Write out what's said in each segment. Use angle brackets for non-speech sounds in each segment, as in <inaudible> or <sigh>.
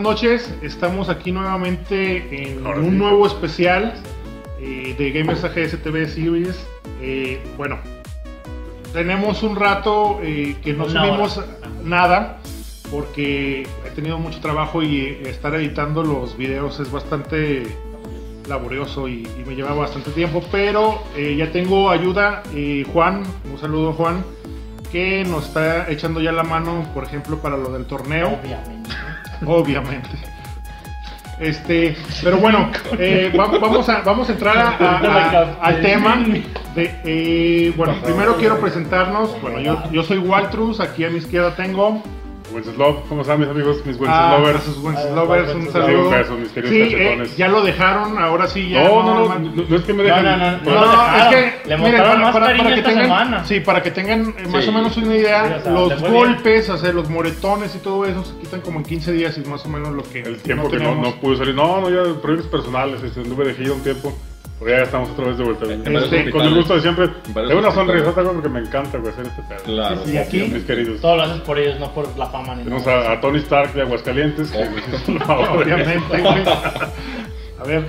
noches. Estamos aquí nuevamente en un nuevo especial eh, de Gamers AGS TV Series. Eh, bueno, tenemos un rato eh, que no Una subimos hora. nada porque he tenido mucho trabajo y eh, estar editando los videos es bastante laborioso y, y me lleva bastante tiempo, pero eh, ya tengo ayuda. eh, Juan, un saludo Juan, que nos está echando ya la mano, por ejemplo, para lo del torneo. Obviamente. Obviamente. Este, pero bueno, eh, va- vamos, a, vamos a entrar a- a- a- al tema. De, eh, bueno, primero quiero presentarnos. Bueno, yo, yo soy Waltrus, aquí a mi izquierda tengo Wenceslao, ¿cómo están mis amigos? Mis a Wenceslovers. sus Wenceslovers, un Ah, saludo. un beso, mis queridos Sí, cachetones. eh, ya lo dejaron, ahora sí ya. no, no, no, man- no, no es que me No, dejen. no, no, No, lo no, dejaron. es que Le miren, mostraron más cariño que esta tengan, semana. sí, para que tengan eh, más Sí. o menos una idea, Sí, o sea, le los fue bien. golpes, o sea, los moretones y todo eso se quitan como en 15 días y es más o menos lo que El tiempo que no, tenemos. no pude salir. No, no, ya problemas personales. Este, anduve de gira un tiempo. Pero ya estamos otra vez de vuelta. varios Este, con el hospitales. gusto de siempre. varios Tengo una hospitales. sonrisa güey, porque me encanta güey, hacer este pedo. Claro. Y aquí Mis queridos. Todo lo haces por ellos, no por la fama ni Tenemos nada. a, a Tony Stark de Aguascalientes. <laughs> Que nos hizo la <laughs> obra. Obviamente, güey. A ver,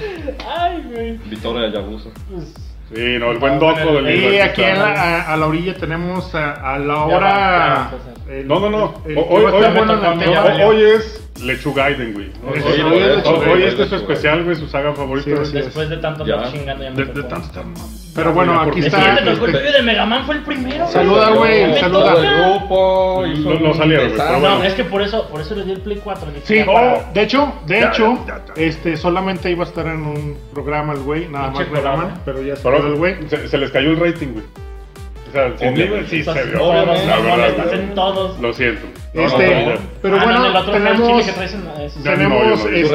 Ay, güey. Victoria Yabuso. Pues, Sí, no, el buen Ah, doco bueno, del y Guascalientes. aquí a la, a- a la orilla tenemos a, a la va, hora. ya va a empezar. el- No, no, no. el- el- O- Hoy, que va a hoy, estar bueno en el hoy- ya tema. hoy- valió. hoy es Lechugaiden, güey. Hoy, Hoy- hoy- hoy es hoy- hoy este es tu Lechugaiden. especial, güey, su saga favorita. Sí, güey. así es. Después de tanto Ya. andar chingando ya me De- tocó. de tanto estar mal. Pero bueno, Mira, aquí porque- Es que está. el este, orgullo de Megaman fue el primero. Saluda, güey, Me saluda. Todo toca. el grupo. hizo No- no salieron, un güey, pero desastre. No, bueno. es que por eso, por eso le di el Play 4. ni Sí, siquiera para- o, de hecho, de Ya, hecho, ya, ya, ya. este solamente iba a estar en un programa el güey, nada Pinche más programa, programa. pero ya se Pero, quedó el güey. Se, se les cayó el rating, güey. O sea, sin Obviamente. nivel sí se Estás- vio. todos, obviamente. la no, verdad, estás güey. en todos. Lo siento. No, Este, no, no, no. pero Ah, no, bueno, en el otro fue el tenemos chile que traes en la- sí, sí. Ya. tenemos no, yo no. Su este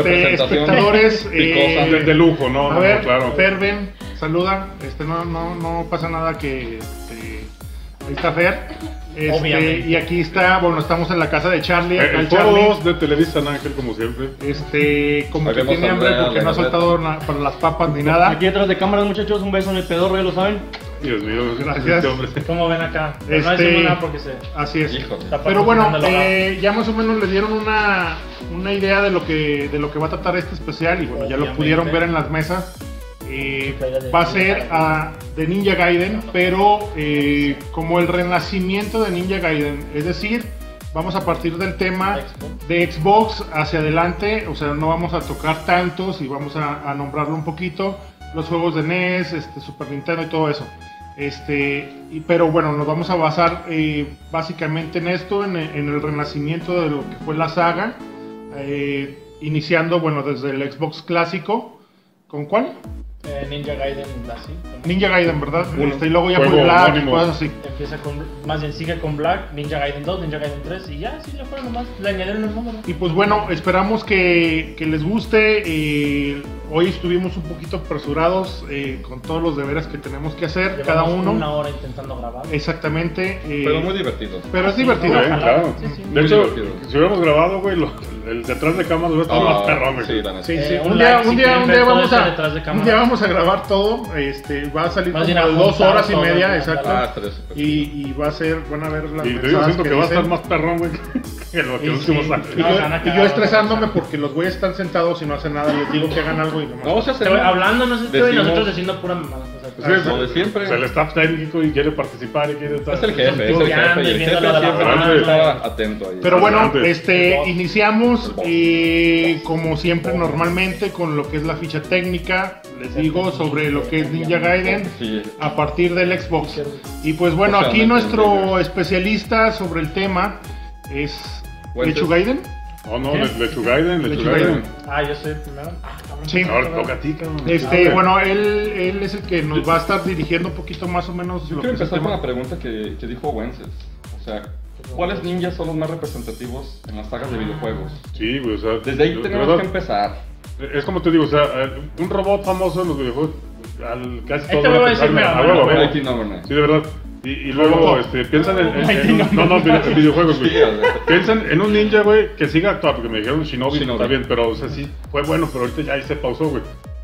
<laughs> representación espectadores picosa. eh, De, de lujo, no, a no, ver, no, claro. Eh, Ferben, saluda, este no no no pasa nada que este, ahí está Fer. Este, Obviamente. y aquí está, bueno, estamos en la casa de Charlie, Eh, acá el el Charlie. foro de Televisa Ángel, como siempre. Este, como que Sabemos tiene hambre Andrea, porque no ha Leonardo. soltado na- para las papas ni nada. Aquí detrás de cámaras, muchachos, un beso en el pedorro, ya lo saben. Dios mío, Gracias. este hombre. <laughs> ¿Cómo ven acá? Pero No Este- decimos nada porque se. Así es. Híjole. está Pero bueno, patrocinándolo, ¿verdad? eh, ya más o menos le dieron una, una idea de lo que de lo que va a tratar este especial y bueno, ya lo Obviamente. pudieron ver en las mesas. Eh, Pega de va a Ninja ser Gaiden. ah, de Ninja Gaiden, pero eh, como el renacimiento de Ninja Gaiden, es decir, vamos a partir del tema Xbox. de Xbox hacia adelante, o sea, no vamos a tocar tantos y vamos a, a nombrarlo un poquito, los juegos de NES, este, Super Nintendo y todo eso. Este, y- pero bueno, nos vamos a basar eh, básicamente en esto, en, en el renacimiento de lo que fue la saga, eh, iniciando, bueno, desde el Xbox clásico, ¿con cuál? Eh, Ninja Gaiden, así. Ninja Gaiden, ¿verdad? Uno. Este, y luego ya Juego fue Black y homónimo. cosas así. Empieza con. Más bien sigue con Black, Ninja Gaiden 2, Ninja Gaiden 3. Y ya, sí, le fueron nomás. Le añadieron el número. Y pues bueno, esperamos que, que les guste. eh, hoy estuvimos un poquito apresurados eh, con todos los deberes que tenemos que hacer, Llevamos cada uno. Una hora intentando grabar. Exactamente. eh, Pero muy divertido. pero es divertido. Bien, claro. Sí, sí. De hecho, Muy divertido. si hubiéramos grabado, güey, lo- el detrás de cámaras hubiera estado Ah, más perrón, güey. Sí, la neta. Sí, sí. Eh, un, un día, like si un día, quieren un ver día todo vamos eso a, detrás de cámara. un día vamos a grabar todo. Este, va a salir Más como bien a de dos juntar horas y todo, media, ¿no? exacto. Ah, estaría súper chido. y, y va a ser, van a ver las Y te digo, mensadas siento que va a estar dicen. más perrón, güey, <laughs> que lo Sí, que los últimos sí. Y No, años. yo, se van a y cagar, yo van a estresándome cagar. porque los güeyes están sentados y no hacen nada. Les digo que hagan algo y no No, o sea, se Este güey, Hablando, no sé si Decimos- nosotros diciendo pura mamada. O sea, Sí, Ah, es- lo de siempre. es el staff técnico y quiere participar y quiere estar. Es el jefe, es el Estudiando jefe. y y El viendo jefe lo de la siempre banda. está atento ahí. Pero bueno, Antes. este, iniciamos Boss. eh, como siempre normalmente con lo que es la ficha técnica, les digo, sobre lo que es Ninja Gaiden Sí. a partir del Xbox. Y pues bueno, O sea, aquí no nuestro entendí. especialista sobre el tema es Fuentes. Lechu Gaiden. Oh, no, ¿Qué? Le- Lechugaiden, Lechugaiden. Ah, yo soy el primero. Ah, cabrón. Sí. Ahora toca a ti, cabrón. Este, Ah, bueno, él, él es el que nos va a estar dirigiendo un poquito más o menos Yo lo que quiero es el empezar con tema. la pregunta que, que dijo Wences. O sea, ¿cuáles ninjas son los más representativos en las sagas de videojuegos? Sí, güey, o sea. Desde ahí de- de tenemos verdad, que empezar. Es como te digo, o sea, eh, un robot famoso en los videojuegos. Al casi Este todo güey va a decir, mira, bueno, a Mighty Number Sí, de verdad. Y, y luego, Robocop. este, piensan en, en- Mighty en- no, no, Number en videojuegos, güey. Sí, o sea. Piensan en un ninja, güey, que siga actuando, porque me dijeron Shinobi, Shinobi. está bien, pero, o sea, sí, fue bueno, pero ahorita ya ahí se pausó, güey.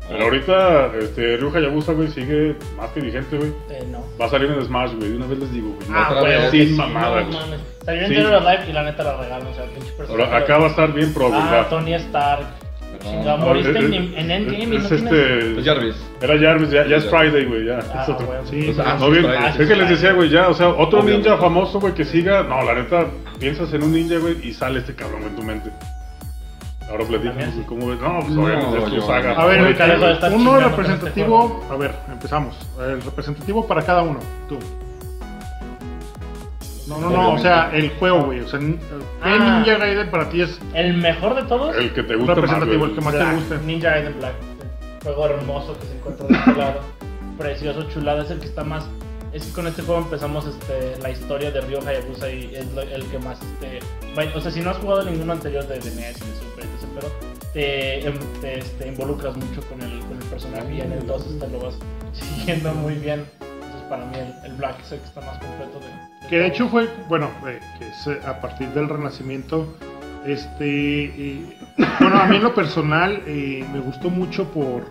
Pero ahorita, este, Ryu Hayabusa, güey, sigue más que vigente, güey. Eh, no. Va a salir en Smash, güey, de una vez les digo, güey. Ah, Otra güey, vez, que sí, sin mamada, no güey. mames. Salió en Sí. Dead or Alive y la neta la regalan, o sea, pinche persona. Ahora, acá va a estar bien pro, güey. Ah, va. Tony Stark. Chingada, Ah, No, moriste es- en, en Endgame. Es, ¿no es tienes? este. Pues Jarvis. Era Jarvis, ya, ya es Ya. Friday, güey, ya. Ah, es otro. güey. Sí, Pues, ah, No, bien, Friday. es que les decía, güey, ya, o sea, otro Obviamente. ninja famoso, güey, que siga. No, la neta, piensas en un ninja, güey, y sale este cabrón en tu mente. Ahora También. platicamos, güey, cómo ves. No, pues No, obviamente es tu yo- saga. A ver, Ahorita dejo de el- estar uno chingando con representativo. A ver, empezamos. El representativo para cada uno. Tú. No, no, no. O sea, el juego, güey. O sea, ¿qué Ah. Ninja Gaiden para ti es El mejor de todos. el que te gusta más, representativo, güey. el que más te Black, gusta. Ninja Gaiden Black. Juego hermoso que se encuentra de este lado. Precioso, chulada. Es el que está más. Es que con este juego empezamos este, la historia de Ryo Hayabusa y es lo- el que más. Este, va- o sea, si no has jugado ninguno anterior de, de NES y de Super, etc., pero te, em- te, este, involucras mucho con el, con el personaje y en el 2 te lo vas <laughs> siguiendo muy bien. Entonces, para mí, el, el Black es el que está más completo. De, Que de hecho fue, bueno, eh, que es eh, a partir del Renacimiento, este, y- <coughs> bueno, a mí en lo personal eh, me gustó mucho por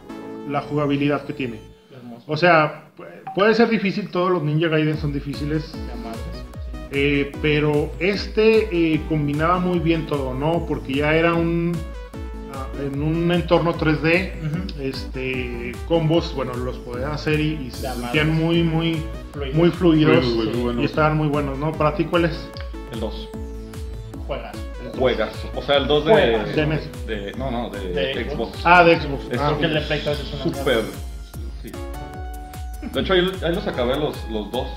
la jugabilidad que tiene. hermoso. O sea, pu- puede ser difícil, todos los Ninja Gaiden son difíciles, Me amas, sí. eh, pero este eh, combinaba muy bien todo, ¿no? Porque ya era un, ah, en un entorno 3D, Ujú. este, combos, bueno, los podían hacer y, y se La madre. sentían muy, muy, Fluido. muy fluidos. Fluidos, güey, muy buenos. Y estaban muy buenos, ¿no? ¿Para ti cuál es? El 2. Juegas. Juegas. O sea, el 2 de, Juegas. De NES. de- No, no, de, De Xbox. Xbox. Ah, de Xbox. Es Ah, Porque el de Play 3 es una mierda. Súper. Sí. De hecho, ahí, ahí los acabé los, los dos.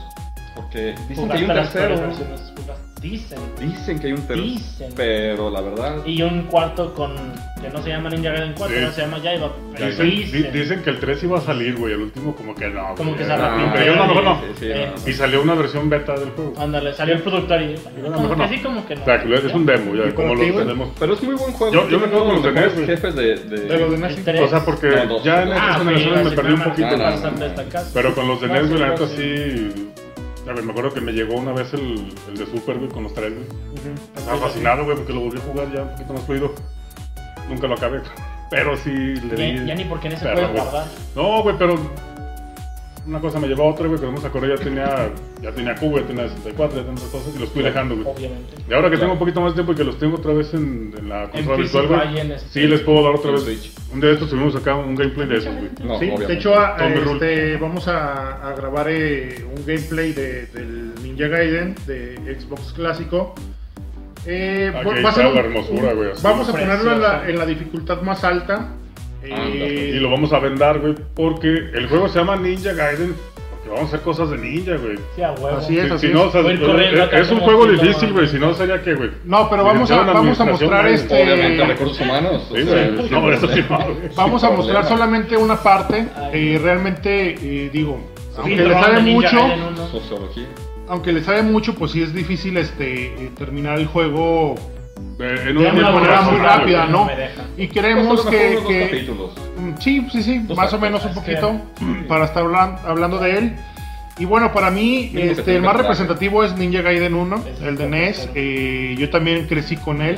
Porque dicen que hay un Jugaste las peores tercero. versiones, jugaste- Dicen. Dicen que hay un tercero. Dicen. Pero la verdad. Y un cuarto con. que no se llama Ninja Gaiden 4, Sí. no se llama Jaiba. pero Dicen, di- dicen. dicen que el 3 iba a salir, güey, el último como que no. Como güey, que se ya, arrepintió. Pero yo a lo mejor no. Ah, Sí, sí, Eh, no, no. Y salió una versión beta del juego. Ándale, salió el productor y. Yo a lo como mejor que no. sí, como que no. O sea, que es un demo, ya, ¿Y como para lo ti, güey? tenemos. Pero es muy buen juego. Yo- yo me quedo con los de NES, güey. jefes de. de- Pero de El NES. tres. O sea, porque No, dos. ya en estas Ah, generaciones me perdí un poquito. no, no, más. no. Pero con los de No, NES, güey, sí, la no, neta sí. sí. A ver, me acuerdo que me llegó una vez el, el de Super, güey, con los tres, güey. Estaba fascinado, güey, porque lo volví a jugar ya un poquito más fluido. Nunca lo acabé, <laughs> pero sí le Ya, di. ya ni porque en ese perra, puedes güey. guardar. No, güey, pero una cosa me llevó a otra, güey, pero no me acordé, ya tenía, ya tenía Cuba, ya tenía 64, ya tenía otras cosas y los fui dejando, güey. Obviamente. Y ahora que tengo un poquito más de tiempo y que los tengo otra vez en, en la consola físico, virtual, güey, ahí en este- sí les puedo dar otra en vez. Switch. Un día de estos subimos acá un gameplay de esos, güey. No, sí, obviamente. de hecho, a- Tommy este, Rule. vamos a, a grabar eh, un gameplay de, del Ninja Gaiden de Xbox clásico. Eh, Aquí va a Ah, está ser un- la hermosura, un- güey, así. Vamos a ponerlo en la, Precioso. en la dificultad más alta. Eh, Ándale. Y lo vamos a vendar, güey, porque el juego se llama Ninja Gaiden, porque vamos a hacer cosas de ninja, güey. Sí, a huevo. Así es. Si, si no, o sea, Voy corriendo es, acá es un como juego si no- difícil, güey, si no sería que, güey. No, pero vamos a, Dirección, vamos a administración, mostrar güey. este. Obviamente, recursos humanos. o Sí, sea, güey. sin No, eso sí, problema. no, güey. Vamos a Sin mostrar problema. solamente una parte. Ay. eh, realmente, eh, digo, Sí, aunque lo le van sabe de Ninja mucho, Gaiden uno. Sociología. aunque le sabe mucho, pues sí es difícil este eh, terminar el juego Eh, en un de una una manera tiempo muy razonable, rápida, güey. no ¿no? me deja. Y queremos Pues, a lo que, mejor unos que- dos capítulos. Mm, sí, sí, sí, Dos más o actos, menos un es poquito para estar hablan- hablando de él. Y bueno, para mí Mínimo que este, tenga el más traje. representativo es Ninja Gaiden 1, Ese el de está NES. perfecto. eh, yo también crecí con él.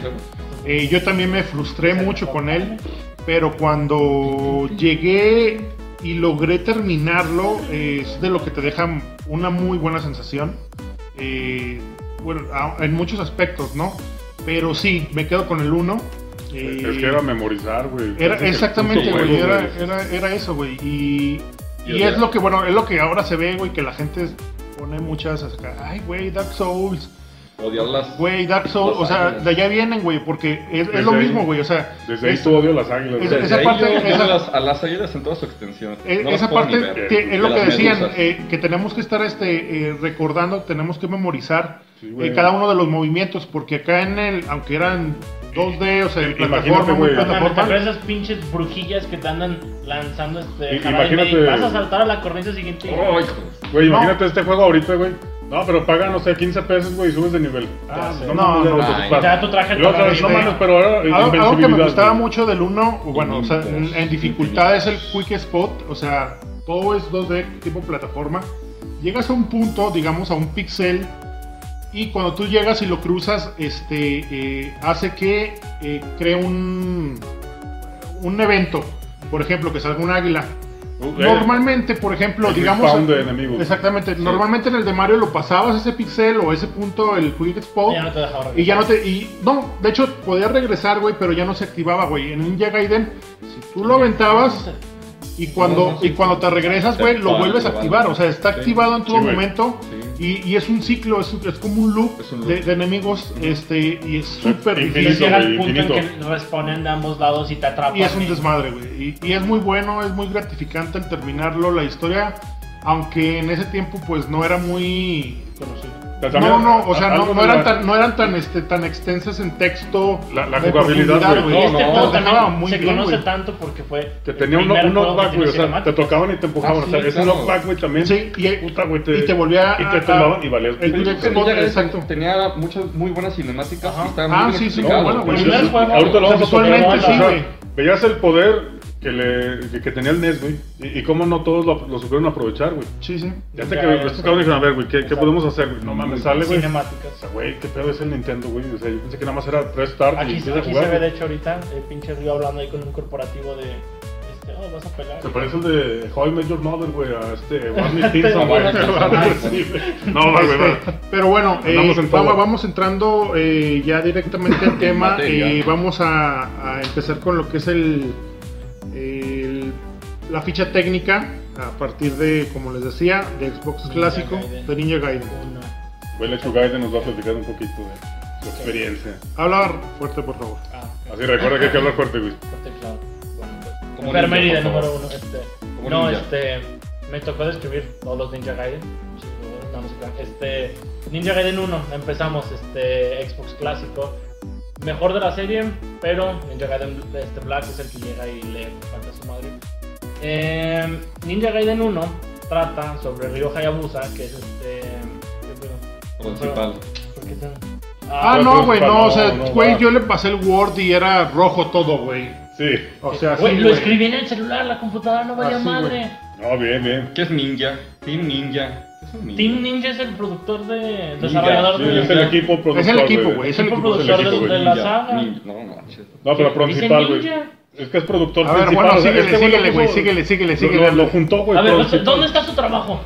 Eh, yo también me frustré mucho con él, pero cuando llegué y logré terminarlo, eh, es de lo que te deja una muy buena sensación. Eh, bueno, a- en muchos aspectos, ¿no? Pero sí, me quedo con el 1. Es que era memorizar, güey. Era, Es que exactamente, puto güey. juego, Era, güey. era, era eso, güey. Y, Y y el es de- lo que, bueno, es lo que ahora se ve, güey, que la gente pone muchas acá. Ay, güey, Dark Souls. Odiar las. Güey, Dark Souls. Los O sea, ángeles. de allá vienen, güey, porque es, es Desde lo ahí- mismo, güey. O sea, Desde ahí es- tu odio a las águilas. Esa- güey. Desde esa ahí parte- yo odio esa- a las- a las águilas en toda su extensión. Eh, No las esa puedo ni parte ver. que- es lo De que las decían, medusas. eh, que tenemos que estar este, eh, recordando, tenemos que memorizar Sí, eh, güey. cada uno de los movimientos, porque acá en el, aunque eran Eh, 2D, o sea, en Imagínate, plataforma, muy güey. No mames, ¿te plataforma, acuerdas de esas pinches brujillas que te andan lanzando este I- jarabe imagínate- y vas a saltar a la cornisa siguiente y- Oh, hijos. Güey, No. imagínate este juego ahorita, güey. No, pero paga, no sé, 15 pesos, güey, y subes de nivel. Ah, sí. No, mames, no, ya no. te Ay, topas. ya tu traje Y otra te vez, va no a mames, pero ahora. Algo, algo que me invencibilidad, gustaba güey. mucho del 1, bueno, o sea, en, en Infinitos. dificultad es el Quick Spot, o sea, todo es 2D tipo plataforma. Llegas a un punto, digamos, a un pixel, y cuando tú llegas y lo cruzas, este, eh, hace que eh, cree un, un evento. por ejemplo, que salga un águila. Uh, eh, Normalmente, por ejemplo, el digamos. respawn de enemigos. Exactamente. Normalmente en el de Mario lo pasabas ese pixel o ese punto, el Quick Expo. Ya no te dejaba regresar. Y ya no te. Y, no, de hecho, podías regresar, güey, pero ya no se activaba, güey. En Ninja Gaiden, si tú lo aventabas y No, cuando, no, sí. y cuando te regresas, güey, Está lo vuelves a activado. activar. O sea, está Sí. activado en todo Sí, güey. momento. Y, y es un ciclo, es, es como un loop, Es un loop. De, de enemigos. este Y es súper infinito, Y difícil. llega güey, el punto en infinito. que responden de ambos lados y te atrapan. Y es un desmadre, güey. Y, y es muy bueno, es muy gratificante el terminarlo. La historia, aunque en ese tiempo, pues no era muy. O sea, también- No, no, o sea, algo no, no de eran la- tan, no eran tan, este, tan extensas en texto. La- la de jugabilidad, profundidad, güey. Y este No, no, juego Los también dejaba muy se bien, conoce güey. tanto porque fue. Te el tenía un, primer un juego que knockback, tenía güey. O sea, te cinemática. tocaban y te empujaban. Ah, o sea, sí, ese claro. knockback, güey, también. Sí, y, Puta, güey, te- y te volvía Y te a- tumbaban y valías. el Pero yo creo que Jackson Ninja Bond, Gaiden exacto. Tenía muchas muy buenas cinemáticas Ajá. y estaban Ah, muy bien sí, sí, explicadas, qué bueno, güey. güey. Primer juego. Ahorita lo O sea, vamos a tocar. visualmente, o sea, sí, güey. Veías el poder que, le, que, que tenía el NES, güey. Y, y cómo no todos lo, lo supieron aprovechar, güey. Sí, sí. Ya Ya, hasta que ya, estos cabrones dijeron, a ver, güey, ¿qué, ¿qué Exacto. podemos hacer, güey? No mames, sale, güey. O Cinemáticas. sea, güey, qué pedo es el Nintendo, güey. O sea, yo pensé que nada más era press start y Aquí, empieza a aquí se jugar. ve, de güey. hecho, ahorita el pinche Río hablando ahí con un corporativo de. Este, oh, vas a pegar. Se parece el de How I Met Your Mother, güey, a <laughs> este Barney Stinson, güey. Barney Stinson. Sí, güey. No, güey, güey. <laughs> Este, pero bueno, eh, Andamos en todo. vamos, vamos entrando eh, ya directamente <laughs> al tema. materia. eh, vamos a, a empezar con lo que es el, el- la ficha técnica a partir de, como les decía, de Xbox Ninja clásico Gaiden. de Ninja Gaiden. Una. Güey, Lechu Gaiden nos va a platicar un poquito de su experiencia. Hablar fuerte, por favor. Ah, ok. Así recuerda que hay que hablar fuerte, güey. por teclado. Bueno, pues, Como Enfermería ninja, por número favor. uno. Este, Como no, ninja. este. Me tocó describir todos los Ninja Gaiden. Chingos, no, no sé qué. Este. Ninja Gaiden 1, empezamos. Este. Xbox clásico. Mejor de la serie, pero Ninja Gaiden este Black es el que llega y le falta su madre. Eh, Ninja Gaiden 1 trata sobre Ryo Hayabusa, que es este. ¿qué pedo? Principal. ¿Por qué te- Ah, no, no, güey, pues, no, no, o sea, no, güey, va. yo le pasé el Word y era rojo todo, güey. Sí. O sea, sí, Ah, Güey, lo güey. escribí en el celular, la computadora no valía Así, güey. madre. No, bien, bien. ¿Qué es Ninja? Team Ninja. ¿Qué es un ninja? Team Ninja es el productor de Ninja, desarrollador Sí, de es el equipo productor. Es el equipo, güey, es el Equipo equipo. es el productor equipo, de, güey. de la Ninja, saga. ninja. No, no, manches. No, pero principal, Dice güey. ninja. Es que es productor A ver, principal. bueno, o sea, síguele, este güey lo síguele, güey, puso- síguele, síguele, lo- síguele. <laughs> Lo, lo juntó, güey. A ver, todo. ¿dónde está su trabajo?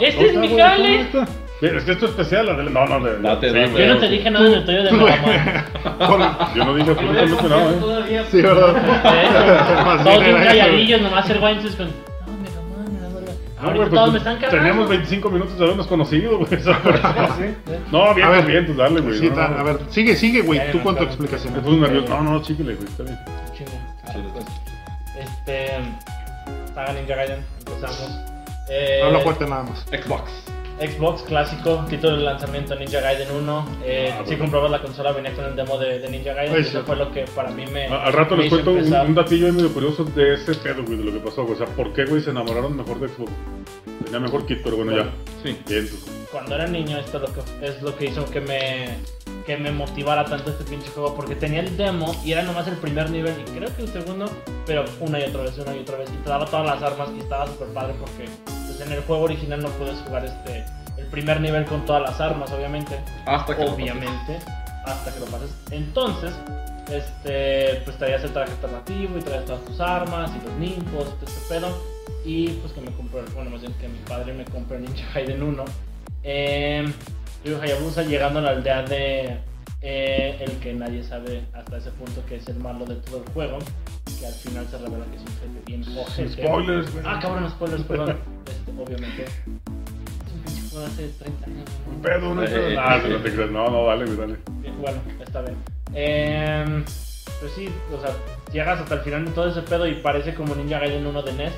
Este es ¿Dónde mi está, güey? jale. ¿Dónde está? Mira, Es que esto es especial. Adela- No, no, de, Date, date. güey. Yo no te dije nada en el tuyo de mi <laughs> mamá. Por- Yo no dije absolutamente nada, eh. güey. Todavía. Sí, ¿verdad? De hecho, <laughs> Más ¿Eh? Todos bien bien era calladillos, nomás el guanches con. No, mi mamá, mi mamá. No, güey, Ahorita pues, todos me están cagando. Tenemos 25 minutos de habernos conocido, güey. <laughs> esa persona, sí. No, bien, A ver. bien, pues dale, güey. Sí, no, ta- no. a ver, sigue, sigue, güey, Ya, tú ya, con tu ya. explicación. Me puse nervioso. No, no, chíquele, güey. Está bien. Chingo. Ah, pues, Este. Saga Ninja Gaiden, empezamos. Eh, Habla fuerte nada más. Xbox. Xbox clásico, título de lanzamiento Ninja Gaiden 1. Eh, Ah, si bueno. comprabas la consola, venía con el demo de, de Ninja Gaiden. Pues eso sí. fue lo que para mí me. A- Al rato me les hizo cuento un, empezar. un datillo ahí medio curioso de ese pedo, güey, de lo que pasó, güey. O sea, ¿por qué, güey, se enamoraron mejor de Xbox? Tenía mejor kit, pero bueno, Bueno. ya. Sí. Bien, pues. Cuando era niño, esto es lo que, es lo que hizo que me, que me motivara tanto este pinche juego. Porque tenía el demo y era nomás el primer nivel y creo que el segundo, pero una y otra vez, una y otra vez. Y te daba todas las armas y estaba súper padre porque pues, en el juego original no puedes jugar este, el primer nivel con todas las armas, obviamente. Hasta que. lo obviamente, hasta que lo pases. Entonces, este, pues traías el traje alternativo y traías todas tus armas y los ninfos, todo este pedo. Y pues que me compró, bueno, más bien que mi padre me compró Ninja Gaiden 1. Eh, Ryu Hayabusa llegando a la aldea de eh, el que nadie sabe hasta ese punto que es el malo de todo el juego. Que al final se revela que es un jefe bien ojete. Spoilers, güey. Ah, cabrón, spoilers, perdón. Este, obviamente. Es un pinche juego de hace 30 años. ¿no? Un pedo, no hay Eh, pedo. eh, Ah, eh. no te creas. No, no, dale, güey, dale. Bien, Bueno, está bien. Em, pues sí, o sea, llegas hasta el final de todo ese pedo y parece como Ninja Gaiden 1 de NES.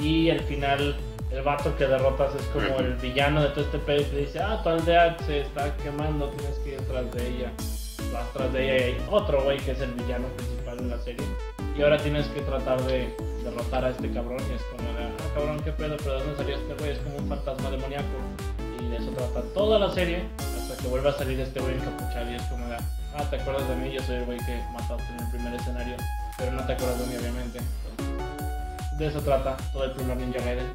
Y al final, el vato que derrotas es como Ujú. el villano de todo este pedo y te dice: Ah, tu aldea se está quemando, tienes que ir tras de ella. Vas tras de ella y hay otro güey que es el villano principal de la serie. Y ahora tienes que tratar de derrotar a este cabrón. Y es como, de, ah, cabrón, qué pedo, pero ¿de dónde salió este güey? Es como un fantasma demoníaco. Y de eso trata toda la serie. Hasta que vuelva a salir este güey encapuchado. Y es como, de, ah, te acuerdas de mí, yo soy el güey que mataste en el primer escenario. Pero no te acuerdas de mí, obviamente. Entonces, de eso trata todo el primer Ninja Gaiden.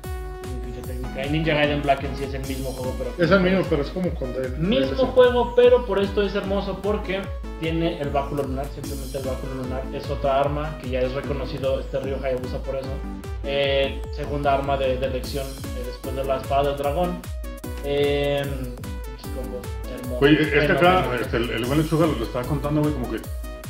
Mi ficha técnica. Y Ninja Gaiden Black en sí es el mismo juego, pero. Es el mismo, pero es como con... del- Mismo del- juego, pero por esto es hermoso porque tiene el báculo lunar, simplemente el báculo lunar es otra arma que ya es reconocido este río Hayabusa por eso. Eh, segunda arma de, de elección eh, después de la espada del dragón. Eh, supongo, hermoso, Güey, es que acá, fenomenal. este, el, el buen lechuga lo, lo estaba contando, güey, como que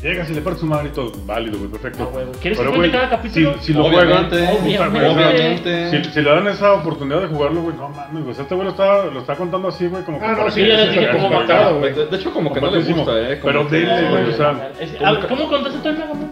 llegas y le partes su madre y todo, válido, güey, perfecto. Ah, güey, ¿quieres que Pero, cuente güey, cada capítulo? Si, si lo juegan, Obviamente, puta, güey, o sea, obviamente. Si, si le dan esa oportunidad de jugarlo, güey, no mames, güey. o sea, Este güey lo está, lo está contando así, güey, como Ah, no, para sí, que- yo les dije para cómo que- matarlo. De, de hecho, como que no le Compartísimo. gusta, ¿eh? Como Pero que- dile, güey, o sea, Ah, Es- ¿cómo ah, que- ¿Cómo contestaste el Mega Man?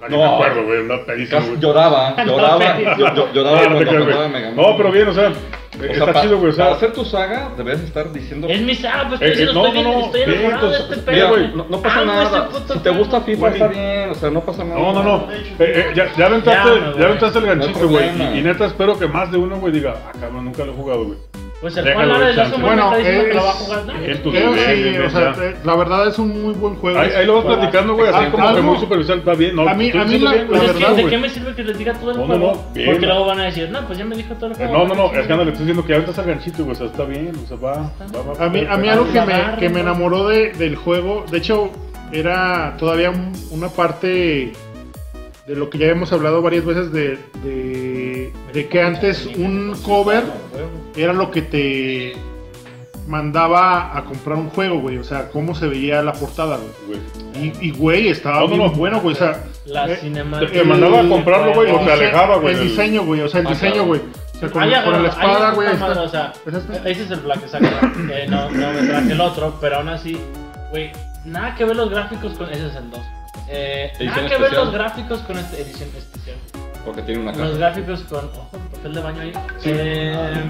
Ah, yo me No. acuerdo, güey, una pedísima, <laughs> Casi güey. <laughs> lloraba, lloraba, No, yo- yo- lloraba Ah, no, te cuando creo, tocaba güey. Mega Man. No, pero bien, o sea, eh, O sea, está pa- chido, güey, o sea. Para hacer tu saga, debes estar diciendo. Es mi sábado, Eh, estoy, eh, diciendo, no, estoy, no, no, estoy bien, enamorado de este entonces, Mira, pedo. güey, no, no pasa Amo nada. ese puto Si te gusta FIFA, Güey. está bien, o sea, no pasa nada. No, no, no. Eh, eh, ya, ya aventaste, Ya, güey. ya aventaste el No ganchito, hay güey. problema. y, y neta, espero que más de uno, güey, diga, ah, cabrón, nunca lo he jugado, güey. Pues el Déjalo, Juan Lara chance. de Bueno, Bueno, está diciendo que es- lo va a jugar. ¿no? Él tu Creo bien, sí, bien, o sea, ya. eh, la verdad es un muy buen juego. Ahí, ahí lo vas Juegas. platicando, güey, así Exacto. como que Algo. muy superficial, está bien. No, A mí- tú a mí diciendo la- bien, la güey, Pues es que, verdad, ¿de güey. qué me sirve que les diga todo el No, no, juego? no, bien. Porque luego van a decir, no, pues ya me dijo todo el Eh, juego. No, no, no, es que anda, le estoy diciendo que ya ahorita está el ganchito, güey, o sea, está bien, o sea, va. va, va A mí, a mí perfecto. algo que me, que me enamoró de- del juego, de hecho, era todavía un- una parte de lo que ya hemos hablado varias veces de, de, de que antes un cover era lo que te mandaba a comprar un juego, güey. O sea, cómo se veía la portada, güey. Güey. Y, y, güey, estaba No, no, bien no. bueno, güey. O sea, La eh, cinemática. te mandaba a comprarlo, güey, o te dise- alejaba, güey, El del- diseño, güey. O sea, el Ah, diseño, claro. güey. O sea, con, Ah, Ahí con agarra- la espada, ahí güey. ahí está está. madre, O sea, e-, ¿Es este? ese es el Black, exacto. que no, no me traje el otro, pero aún así, güey, nada que ver los gráficos con. Ese es el 2. Eh, Edición nada que ver especial. los gráficos con esta edición especial. Porque tiene una Los cara. gráficos con. Ojo, papel de baño ahí. Eh,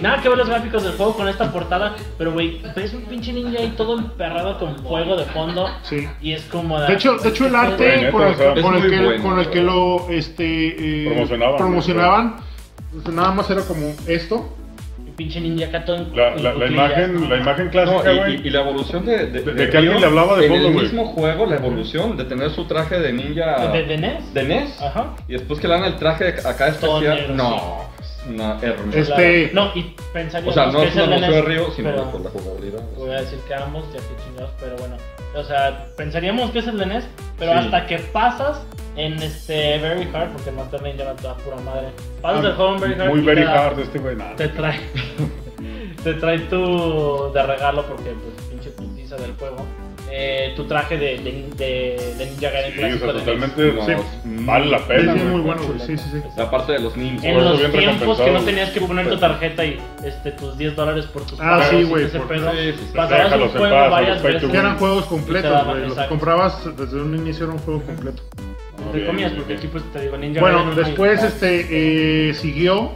nada que ver los gráficos del juego con esta portada, pero güey, ves un pinche ninja ahí todo emperrado con fuego de fondo. Sí. Y es como. Este, De hecho, de hecho el Güey, arte neta, con el, o sea, que- con es el muy que, bueno. con el que lo este, eh, Promocionaban, promocionaban, pues, nada más era como esto. El pinche ninja acá todo en- La, en la, la cuclillas, imagen, ¿no? la imagen No, clásica, y, güey. y- y la evolución de. De- de que alguien le hablaba de en fondo, el güey. mismo juego, la evolución de tener su traje de ninja. ¿De, E de NES? de NES. Ajá. Y después que le dan el traje acá Todo negro, especial. No, es una hermosa. Es- Claro. Este- No, y pensaría O sea, no que es una el emoción de NES, Río, sino E pero- por la jugabilidad. Voy a decir que ambos, ya que chingados, pero bueno. O sea, pensaríamos que es el de NES, pero Sí. hasta que pasas en este Very Hard, porque no te ya a toda pura madre. Pasas el juego en Very Hard. Muy y very te da- hard este, güey, nada. Te trae. <laughs> te trae tu. de regalo, porque pues pinche putiza del juego. Eh, tu traje de, de, de, de Ninja Gaiden Sí, o clásico sea, de E NES. totalmente No, sí, vale la Sí, pena, sí, güey. muy bueno, güey. Sí, sí, sí. La parte de los ninjas. En Por eso los bien tiempos que no recompensado. tenías que poner tu tarjeta y este, tus 10 dólares por tus Ah, pagos sí, y güey, ese por- pedo, sí, sí, sí. pasabas Déjalos un en juego paz, varias respect to veces. Que eran juegos Mm. Y te completos, daban, güey. Los exacto. comprabas desde un inicio, era un juego completo. Entre comillas, porque aquí pues te digo Ninja Bueno, Gaiden. después Black, este eh, siguió.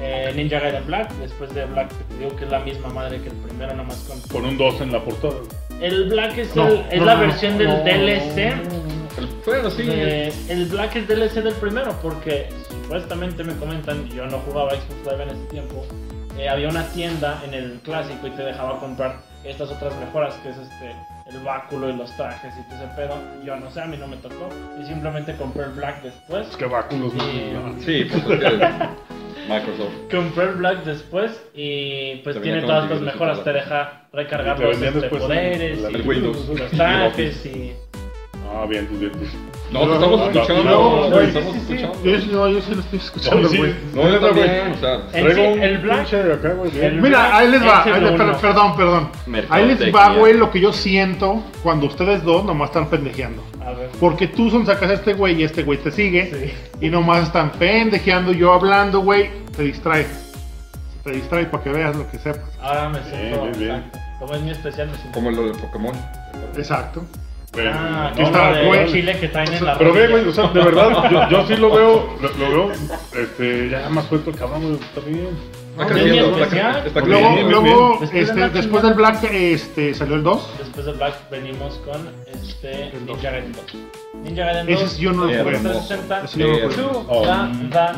eh, Ninja Gaiden Black, después de Black, que te digo que es la misma madre que el primero, nomás con. Con un 2 en la portada. güey. El Black es, No, el, es no, la no, versión no, del no, DLC. Bueno, sí. Eh, el Black es DLC del primero porque supuestamente me comentan, yo no jugaba Xbox Live en ese tiempo, eh, había una tienda en el clásico y te dejaba comprar estas otras mejoras que es este el báculo y los trajes y todo ese pedo. Yo no sé, a mí no me tocó y simplemente compré el Black después. Es que báculos, Sí. güey. no. Sí, pues es que Microsoft. Compré el Black después y pues Te tiene venía todas estas con el mejoras, te digital. deja recargar Te los vendían este, después en poderes, la- y El Windows. los trajes y... Ah, bien, tú, bien. tú. No, te estamos escuchando. No, te güey, estamos sí, sí, sí. escuchando. Yo, sí- no, yo sí lo estoy escuchando, Sí, sí. güey. No, yo también, o sea, En Traigo sí, un el Black- pinche acá, güey, bien. el- Mira, ahí les va. Ese ahí les- lo per- uno. perdón, perdón. Ahí les va, Mercadotecnia. güey, lo que yo siento cuando ustedes dos nomás están pendejeando. A ver. Porque tú son sacas a este güey y este güey te sigue. Y nomás están pendejeando, yo hablando, güey. Te distrae. Te distrae para que veas lo que sepas. Ahora me siento. bien, bien. exacto. Como es mi especial, me siento. como lo de Pokémon. Exacto. Güey, Ah, Aquí no, está, la de güey. Chile que traen en la Pero ve, rodilla. güey, o sea, <laughs> de verdad, yo, yo sí lo veo, lo, lo veo, este, ya más suelto el cabrón, güey, está bien. Está No, creciendo, bien, está, cre- especial. está Bien, Luego, bien, creciendo. luego bien. este, después del Black este, salió el 2. Después de Black venimos con este El dos. Ninja Gaiden 2. Ninja Gaiden 2. Ese es- yo no lo Eh, jugué. hermoso. 360. Ese yo no lo Eh, jugué. Tú, Oh. da, da.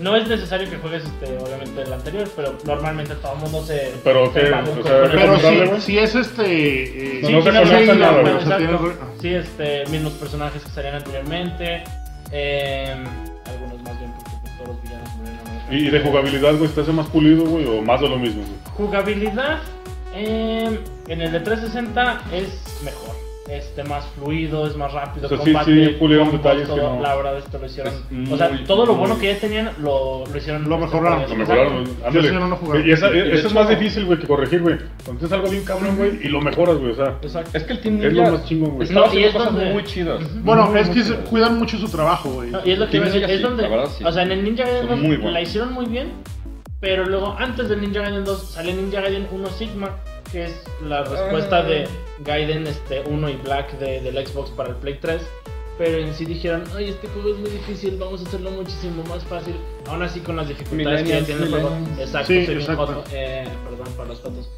No es necesario que juegues este, obviamente el anterior, pero normalmente todo el mundo se. Pero se que, embarca o con- sea, con el Pero otro. comprable, si, güey? si es este. eh, No, no se sí, conecta sí, nada, no, güey, o o sea, Exacto. tiene- Sí, este, mismos personajes que salían anteriormente. eh, algunos más bien, porque pues, todos los villanos murieron. ¿no? Y, y de jugabilidad, güey, ¿te hace más pulido, güey, o más de lo mismo, güey? em, Jugabilidad eh, en el de 360 es mejor. este, más fluido, es más rápido. O sea, sí- combate, sí pulieron combos, detalles que todo. no- La verdad, esto lo hicieron. Es o sea, muy, todo lo bueno muy- que ya tenían lo, lo hicieron. este, Lo mejoraron. Lo mejoraron. Exacto. ándale. sí no lo he jugado. Y esa, Y de esa es hecho- más difícil, güey, que corregir, güey. Cuando tienes algo bien cabrón, güey, y lo mejoras, güey. O sea, Exacto. Es que el Team Es Ninja lo más chingón, güey. estaba No, y haciendo es cosas donde- muy chidas. Bueno, Muy, es muy que se- chidas. cuidan mucho su trabajo, güey. No, y es lo que Team iba a decir, Ninja es sí, donde, la verdad sí. o sea, en el Ninja Gaiden Son muy 2 buenos. la hicieron muy bien, pero luego antes del Ninja Gaiden 2 sale Ninja Gaiden 1 Sigma, que es la respuesta Ah. de Gaiden este 1 y Black de, del Xbox para el Play 3. Pero en sí dijeron, ay, este juego es muy difícil, vamos a hacerlo muchísimo más fácil. Aún así con las dificultades que ya Millennials, tiene el juego. millennials. Exacto, Sí, soy bien exacto. joto. Eh, perdón para los fotos.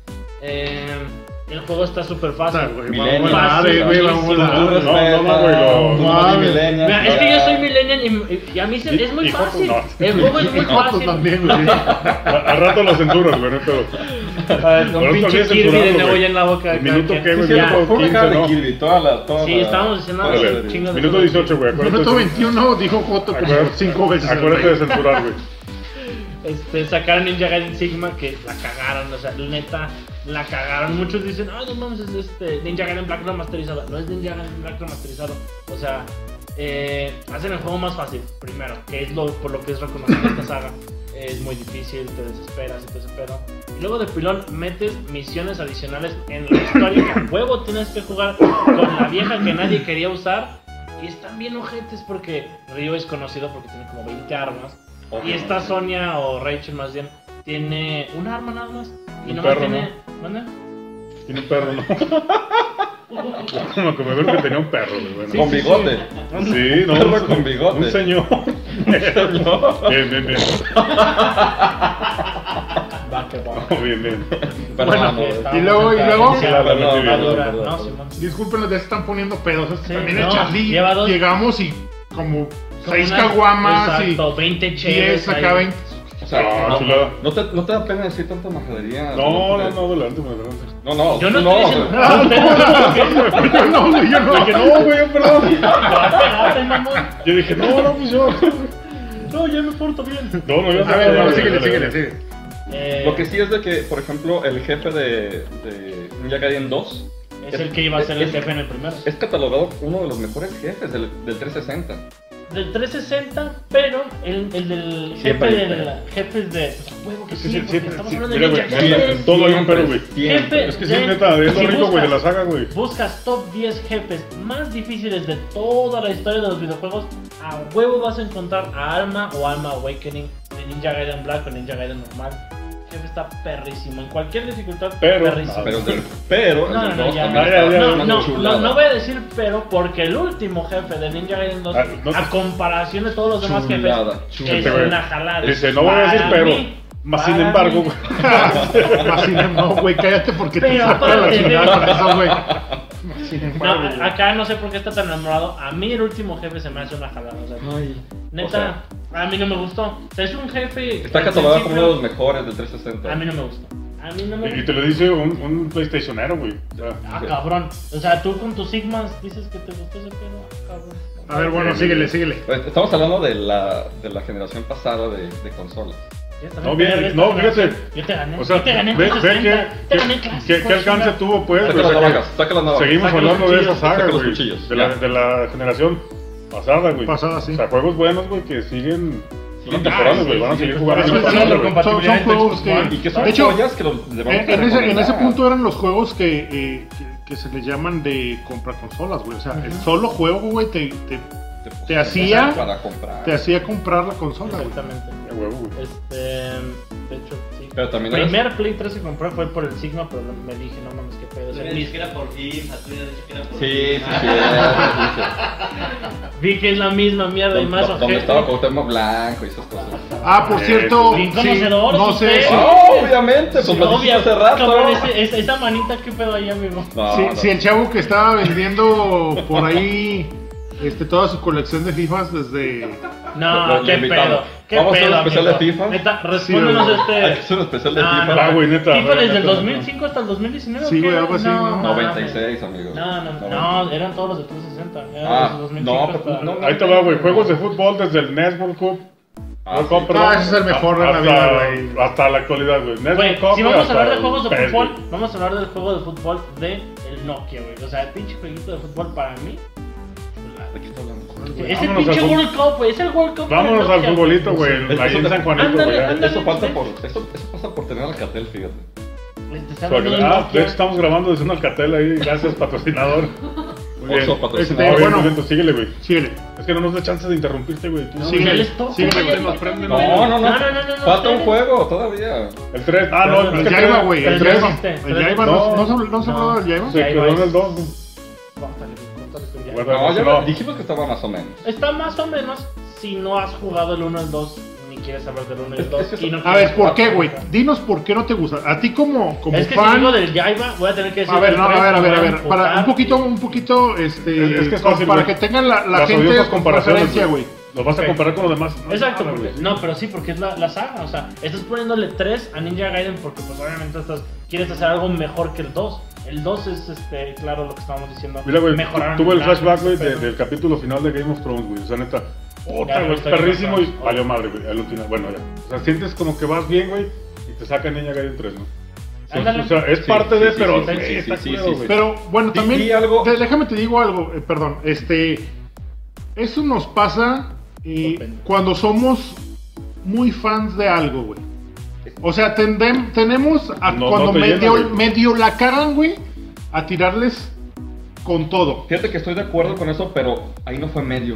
Eh, el juego está súper fácil. Puta, güey, Millennial. vamos a dar, eh, güey, vamos a No, dar. no, no, no, güey, lo- Tú no, eres mames. millennial, Mira, es que ya. yo soy millennial y, y a mí se- Y- es muy y joto, fácil. no. El juego es muy No, tú fácil. también, <laughs> güey. a- al rato lo censuras, güey, no hay pedo. Con Pero pinche también Kirby de censurarlo, nuevo güey. ya en la boca. de El cada minuto quien. que, güey, Sí, Ya. fue una cara de ¿no? Kirby, toda la. Toda Sí, la- estábamos diciendo toda la algo Órale. serie. chingo de Minuto cosas. 18, güey. acuérdate Minuto de- 21 dijo Joto como acuérdate- 5 veces. Acuérdate de censurar, güey. Este, sacaron Ninja Gaiden Sigma que la cagaron, o sea, neta, la cagaron. Muchos dicen, ay, no mames, es este Ninja Gaiden Black remasterizado. No es Ninja Gaiden Black remasterizado. O sea, eh, hacen el juego más fácil, primero, que es lo, por lo que es reconocida esta saga. Es muy difícil, te desesperas y te desesperas. Y luego de pilón metes misiones adicionales en la historia. que a huevo tienes que jugar con la vieja que nadie quería usar. Y están bien ojetes porque Ryo es conocido porque tiene como 20 armas. Ojo. Y esta Sonia o Rachel más bien tiene un arma nada más. Y Un nomás perro, tiene. ¿Mande? Tiene un perro, ¿no? <laughs> Como que me veo que tenía un perro, güey. bueno. <laughs> Con bigote. Sí, no. perro un- con bigote. Un señor. Bien, bien, bien. Va que va. No, bien, bien. Perdón, que no, está- Y luego, y luego. Sí, la- la- perdón, la- la- perdón, dura, perdón, ¿no, perdón. Simón? Disculpen, ya se están poniendo pedos. Es que Sí, también el no, Charlie. lleva dos- Llegamos y como Son 6 unas- caguamas y Exacto, 20 cheves. 10 acá ahí. 20. O sea, No, no, chulada. no te, no te da pena decir tanta majadería. No, no, no, adelante, güey, adelante. No, no. Yo no no, estoy diciendo güey. <laughs> nada, Yo <laughs> no, güey, yo no. Dije, no, güey, <laughs> perdón. mamón. Yo dije, no, no, pues yo. No, ya me porto bien. No, no, yo A ver, dale, bueno, dale, síguele, dale, síguele, dale. síguele. Eh, Lo que sí es de que, por ejemplo, el jefe de, de Ninja Gaiden 2 Es el que iba a ser el es- jefe en el primero. es catalogado como uno de los mejores jefes del, del 360. Del 360, pero el, el del jefe Siempre hay de un la. Jefe de. Huevo que Es que sí, sí, porque siempre- estamos sí, hablando de mira, Ninja güey, sí, Gaiden. Todo hay un pero, güey. Siempre. Es que sí, Sí. neta, es lo Si rico, güey, de buscas- la saga, güey. Buscas top 10 jefes más difíciles de toda la historia de los videojuegos, a huevo vas a encontrar a Alma o Alma Awakening de Ninja Gaiden Black o Ninja Gaiden normal. El jefe está perrísimo, en cualquier dificultad, Pero- perrísimo. Pero, del- pero el No, no, del no, 2 ya. también Ah, está ya, ya, No, una no, chulada. no, no voy a decir pero porque el último jefe de Ninja Gaiden 2, Ah, no. a comparación de todos los demás Chulada, jefes, es chulada. una jalada. Dice, no voy a Para decir pero. mí, Más sin para embargo, mí, <laughs> güey. Más sin embargo, güey, cállate porque te Pero saca la aparte, chingada güey. con eso, güey. Más sin No, embargo, a- acá no sé por qué está tan enamorado. A mí el último jefe se me hace una jalada. o sea, neta, O sea. a mí no me gustó. O sea, es un jefe. Está al catalogado como uno de los principio, mejores del 360. A mí no me gustó. A mí no me Y gustó. te lo dice un, un PlayStationero, güey. O sea, Ah, cabrón. O sea, tú con tus sigmas dices que te gustó ese pedo. Ah, cabrón. A ver, bueno, síguele, síguele. Eh, Estamos hablando de la, de la generación pasada de, de consolas. Ya está, No, ven, bien, esta no, generación. fíjate. Yo te gané. O sea, yo te gané. ve, en ve 360, te gané en qué, clásico, qué, qué alcance chinga. tuvo, pues. Saca güey, las o sea, que navajas, saca las navajas. Seguimos Saca los hablando de esa cuchillos, saga, saca los güey. cuchillos, De la, ya. de la generación pasada, güey. Pasada, sí. O sea, juegos buenos, güey, que siguen. Siguen Siguen temporales, sí, güey. Van a sí, seguir sí, jugando. sí, Son- Son- sí, son- Son, son juegos Y que. que son De hecho, joyas que lo, le vamos en, a en ese, en recomendar. ese punto eran los juegos que, eh, que, que se les llaman de compra consolas, güey. O sea, el solo juego, güey, te, te, Te pusieron te hacía- Para comprar. te hacía comprar la consola, güey. Exactamente. A huevo, güey. Este. De hecho, sí. Pero también eres- primer Play 3 que compré fue por el sigma, pero me dije, no mames, qué pedo. es el Ni mismo. siquiera por ti, a tú ya ni siquiera por Sí, sí, ti. sí. <laughs> sí, sí. Vi que es la misma mierda y Donde, más donde ojete. estaba Cuauhtémoc Blanco y esas cosas. Ah, por Eh, cierto, bien sí, conocedor, no sí, sé usted. si, ¡Oh, obviamente! Pues Sí, lo dijiste obvio, hace rato. cabrón, ese- esa, esa manita, qué pedo ahí, amigo. No, si- no. si el chavo que estaba vendiendo por ahí este, toda su colección de FIFAs desde... No, Lo- lo qué invitamos. pedo. Qué ¿Vamos a hacer pedo, un especial amigo. de FIFA? Neta, respóndenos Sí, este. Hay que hacer un especial de No, FIFA. no, Ah, güey, neta, FIFA güey, desde neta, el no, 2005 hasta el 2019. Sí, ¿o qué? güey, algo así, ¿no? mames. 96, amigo. No, no, no, 90. eran todos los de 360. Eran Ah, los de 2005 no, pero hasta- no, Ahí te va, güey. Juegos de fútbol desde el Netball E Cup Ah, No compro. Ah, ese es el mejor de la vida, güey. Hasta la actualidad, güey. E Neta, Güey, compro si vamos a hasta hablar de el juegos de PES, fútbol, güey. vamos a hablar del juego de fútbol de el Nokia, güey. O sea, el pinche jueguito de fútbol para mí. pues, Este, ¿De qué está hablando? Es el Vámonos al pinche fut- World Cup, güey. Es el World Cup. del Vámonos al Nokia, güey. futbolito, güey. Ahí en San Juanito, este, Ándale, güey. ándale. este. Eso falta por. Eso, eso pasa por tener Alcatel, fíjate. Te Este, está hablando del Ah, de hecho, Nokia. estamos grabando desde un alcatel ahí. Gracias, patrocinador. Muy bien. Oxo Este, Ah, patrocinador. bien, bueno. bueno, síguele, güey. Síguele. Es que no nos da chance de interrumpirte, güey. Tú Sí, síguele. güey. Dales toque, sí, güey, güey. nos prende, No, no, no, No, no, no, no, no, Falta un espérate. juego todavía. El 3. No, Ah, no, no, es El que Yaiba, güey. El Pero ya 3. existe. El Yaiba, No. ¿no, no, se- no se habló del Yaiba? Se Ya, ahí quedó va. en el 2. Córtale, güey, córtale tú ya. Bueno. No, ya no. dijimos que estaba más o menos. Está más o menos si no has jugado el 1 al 2, ni quieres hablar del 1 y <laughs> el 2. y no A ver, quieres ¿por qué, jugar. güey? Dinos por qué no te gusta. A ti como, como Es que si fan. digo pues, del Jaiba, voy a tener que decir. a ver, del no, a tres, ver, a ver, me a voy ver. Para un emputar. poquito, un poquito, este. Es que es como fácil, para güey. que tengan la, la Las gente odiosas con comparaciones. preferencia, güey. güey. Los vas a Ok. comparar con los demás. No, Exacto, no, porque, güey. no, pero sí, porque es la, la saga. O sea, estás poniéndole 3 a Ninja Gaiden porque, pues, obviamente, estás, quieres hacer algo mejor que el 2. El 2 es, este, claro, lo que estábamos diciendo. Mira, güey, mejoraron tuve el nada, flashback, güey, de- pero- del capítulo final de Game of Thrones, güey. O sea, neta, Ya, puta, güey, no es estoy perrísimo y cansado. valió madre, güey, al final. Bueno, ya. O sea, sientes como que vas bien, güey, y te saca Niña Gaiden 3, ¿no? Ándale. O sea, es Sí, parte sí, de, sí, pero sí, güey, sí, está sí, culero, sí, sí. güey. Pero bueno, Di- también. di algo. de- déjame te digo algo, eh, perdón. Este. Eso nos pasa eh, Depende. cuando somos muy fans de algo, güey. O sea, tendem- tenemos a No, no cuando te llena, medio, güey. medio la cagan, güey, a tirarles con todo. Fíjate que estoy de acuerdo con eso, pero ahí no fue medio.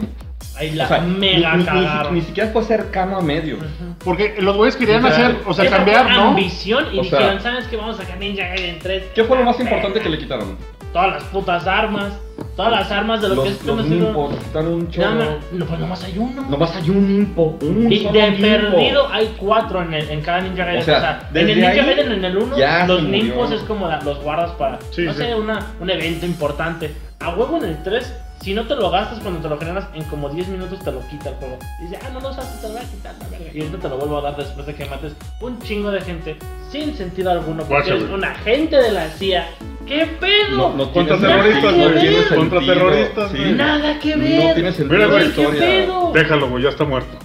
Ahí la O sea, mega ni- ni- ni, cagaron. ni siquiera fue cercano a medio. Porque los güeyes querían O sea, hacer, o sea, Esa cambiar, fue ¿no? ambición y O sea- dijeron, ¿sabes qué? Vamos a sacar Ninja Gaiden 3. ¿Qué fue lo más importante que le quitaron? Todas las putas armas, todas las armas de lo que es Los, que me los sirven- nimpos, quitaron un Nada chorro. más- No, pues nomás hay uno. Nomás hay un nimpo, un y solo de nimpo. perdido hay cuatro en, el- en cada Ninja Gaiden. O O sea, sea, en desde el Ninja ahí Gaiden, en el 1, ya los se murió. nimpos es como la- los guardas para, Sí, no sí. sé, una- un evento importante. A huevo en el 3, si no te lo gastas cuando te lo generas, en como 10 minutos te lo quita el juego. Dice, ah, no lo usaste, te lo voy a quitar, la verga. Y ahorita te lo vuelvo a dar después de que mates un chingo de gente sin sentido alguno, porque Guacha, eres güey. un agente de la CIA. ¿Qué pedo? No, no Contra tiene terroristas, sentido, güey. no tiene Contra sentido, terroristas, sí. güey. Nada que No ver. tiene sentido Mira, la güey, ¿qué historia. pedo? Déjalo, güey, ya está muerto.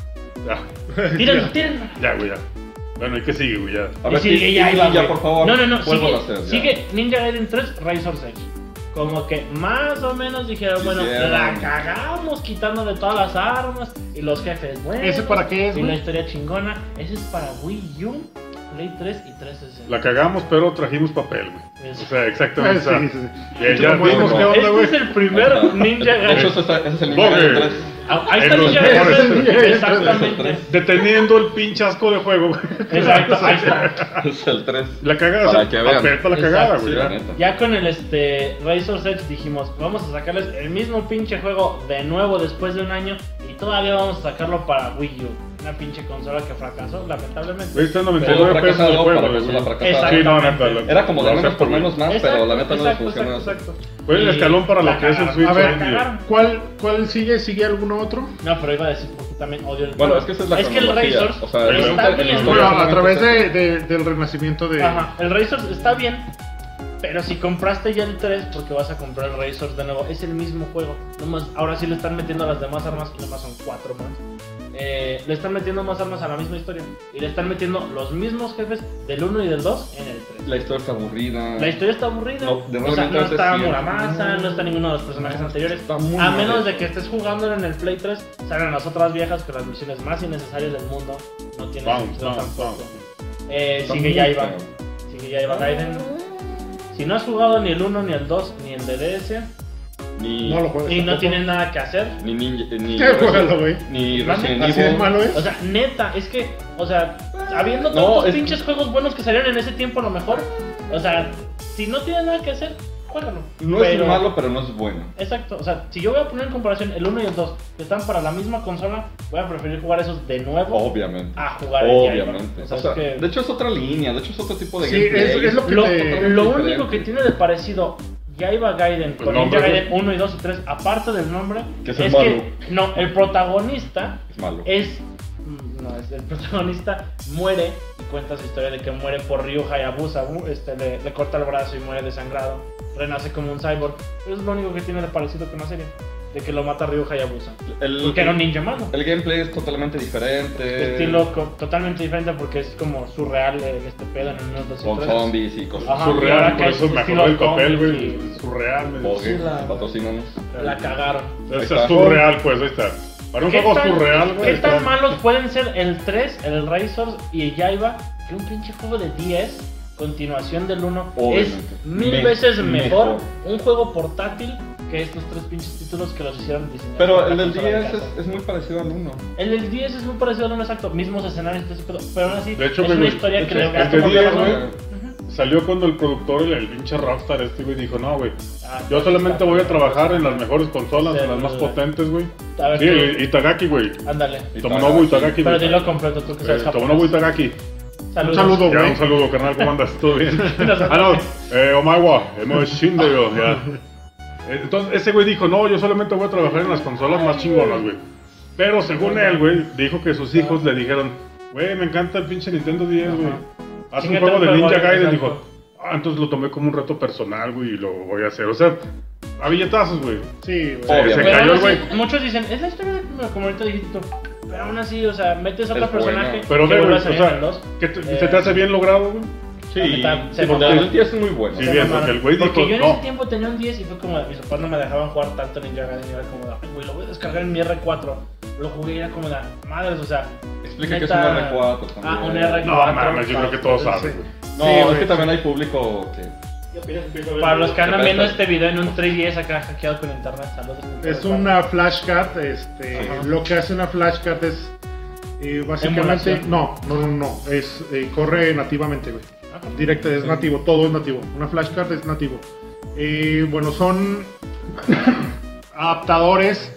Ya, <laughs> Tíralo, tíralo. ya, güey, ya. Bueno, ¿y qué sigue, güey? Ya. A Y ver, sigue sí, ya, sí, iba, güey. por favor. No, no, no. Sigue, vuélvalo a hacer, ya. sigue Ninja Gaiden 3 Razor's Edge. Como que más o menos dijeron, bueno, Hicieron. la cagamos quitándole todas las armas y los jefes, bueno. ¿Ese para qué es, Y una güey? historia chingona. Ese es para Wii U, Play 3 y 360. La cagamos, pero trajimos papel, güey. O Eso. sea, Ah, exactamente. o sea, sí, sí, sí. Ya, ya Como dijimos, vimos no. ¿qué onda, Este güey? es el primer Ninja De Gaiden. hecho, ese es, ese es el Bogue. Ninja Gaiden 3. Ah, Ahí En está los Ninja Gaiden mejores 3. Ninja Gaiden Exactamente. 3. Deteniendo el pinche asco de juego, güey. <laughs> Exacto, ahí está. Es el 3. La cagada, Para o sea, que vean. papel para la cagada, Exacto, güey. Sí, ya. la neta. Ya con el este Razor's Edge dijimos, vamos a sacarles el mismo pinche juego de nuevo después de un año y todavía vamos a sacarlo para Wii U, una pinche consola que fracasó Güey, lamentablemente. está en Pero 99 pesos el fracasado juego, para güey. consola fracasada. Exacto. Sí, no, neta. lo- Era como de lo menos acepto, por güey. menos más, pero la neta no le exacto, funciona. exacto, exacto. Fue el Y escalón para lo la que es el cagaron. Switch A ver, Online, güey. cagaron. ¿Cuál, ¿Cuál sigue? ¿Sigue alguno otro? No, pero iba a decir porque también odio el Bueno, es que esa es la que el cronología, Razor's o sea, el- está el- el- bien. el- Bueno, a solamente través está. de, de- del renacimiento de. Ajá, el Razor está bien, pero si compraste ya el 3, porque vas a comprar el Razor de nuevo, es el mismo juego. Nomás, ahora sí le están metiendo las demás armas, que nomás son 4 más. Eh, le están metiendo más armas a la misma historia. Y le están metiendo los mismos jefes del 1 y del 2 en el 3. La historia está aburrida. La historia está aburrida. No, de o sea, no realmente está sí. Muramasa, no está ninguno de los personajes anteriores. está muy a mal menos hecho. de que estés jugando en el Play 3, salen las otras viejas con las misiones más innecesarias del mundo. No tiene Vamos, sentido vamos, tampoco. vamos. Eh, Está sigue muy ya Iván. feo. Sigue ya Iván Gaiden. Si no has jugado ni el 1, ni el 2, ni el DDS, Ni, No lo juegues. y no tampoco. tienes nada que hacer. ni Ninja. eh, Ni ¿Qué? Juégalo, güey. Ni Ah. ¿Mande? Resident Así Evil. es malo, ¿eh? O sea, neta, es que, o sea, habiendo No, tantos es- pinches juegos buenos que salieron en ese tiempo, a lo mejor, o sea, si no tienes nada que hacer, juégalo. No Pero- es malo, pero no es bueno. Exacto, o sea, si yo voy a poner en comparación el 1 y el 2, que están para la misma consola, voy a preferir jugar esos de nuevo Obviamente. a jugar el Jaiba. Obviamente. O sea, O sea, es que- de hecho es otra línea, de hecho es otro tipo de Sí, gameplay. es- es lo que Lo, te- lo diferente. único que tiene de parecido Yaiba Gaiden El con Ninja nombre, Gaiden 1 y 2 y 3, aparte del nombre, Que es el malo. que no, el protagonista Es malo. es. mm, No, es el protagonista muere y cuenta su historia de que muere por Ryu Hayabusa. bu- Este, le, le corta el brazo y muere desangrado. Renace como un cyborg. Eso es lo único que tiene de parecido con la serie. de que lo mata Ryu Hayabusa. El, Porque era un ninja malo. el gameplay es totalmente diferente. estilo co- totalmente diferente porque es como surreal en este pedo en unos dos y Con tres. zombies y cosas. Ajá. y ahora Surreal, que por es eso me estilo acordó el papel, cómic güey. y- Surreal, me Bogue, Sí, la- patrocínanos. La cagaron. Es Ahí está. surreal, pues, ahí está. Para un ¿Qué juego tan- surreal, güey. ¿Qué está- tan malos pueden ser el 3, el Razors y el Jaiba que un pinche juego de 10, continuación del 1? Obviamente. Es mil Me- veces mejor, mejor. un juego portátil que estos tres pinches títulos que los hicieron diseñar. Pero para el del consola de 10 casa. es, es muy parecido al 1. El del 10 es muy parecido al 1 exacto, mismos escenarios, todo ese pedo, pero aún así De hecho, es güey, una historia de que hecho, le el gasta del más 10, razón. güey, Salió cuando el productor, el, el pinche Rockstar, este, güey, dijo: No, güey, Ah, yo solamente voy a trabajar en las mejores consolas, Sí, en las más güey. potentes, güey. A ver, Sí, tú- y- Itagaki, güey. Ándale. Tomonobu Itagaki, Pero güey. dilo completo, tú que sabes Eh, japonés. Tomonobu Itagaki. Saludos. Un saludo. Ya, güey. un saludo, carnal, ¿cómo andas? <laughs> ¿Todo bien? Nos- ah, no, eh, Omaiwa, hemos Shindeyo, ya. Eh, Entonces, ese güey dijo, no, yo solamente voy a trabajar en las consolas más chingonas, güey. Pero según él, güey, dijo que sus hijos le dijeron, güey, me encanta el pinche Nintendo 10, güey. Haz un Chíngate juego un de juego, Ninja Gaiden, exacto. dijo. Ah, entonces lo tomé como un reto personal, güey, y lo voy a hacer. O sea, a billetazos, güey. Sí, güey. Se, se Obviamente. Pero cayó el aún güey. así, Muchos dicen, es la historia de Kuma", como ahorita dijiste tú. Pero aún así, o sea, metes a Es otro personaje. buena. Pero que ve, güey, vuelve o a salir en sea, el dos. ¿qué te- Eh, ¿se te hace bien logrado, güey? Sí, La neta, se sí, porque mamaron. el del 10 es muy bueno. Sí, se bien, mamaron. porque el güey dijo, Porque yo en "No". ese tiempo tenía un 10 y fue como, de, mis papás no me dejaban jugar tanto Ninja Gaiden. Y era como, de, "Ay, güey, lo voy a descargar en mi R4. Lo jugué y era como, de, madres, o sea. Explica que es neta- un R4 también. Ah, un R4. No, mames, yo creo que todos saben, güey. No, Sí, es güey. que también hay público que. Para los que andan Se viendo presta. este video en un 3DS acá hackeado con internet, saludos. Es una flashcard, este, Ajá. lo que hace una flashcard es eh, básicamente, Emulación. no, no, no, no, es eh, corre nativamente, güey. Directo, es nativo, todo es nativo. Una flashcard es nativo. Eh, bueno, son <coughs> adaptadores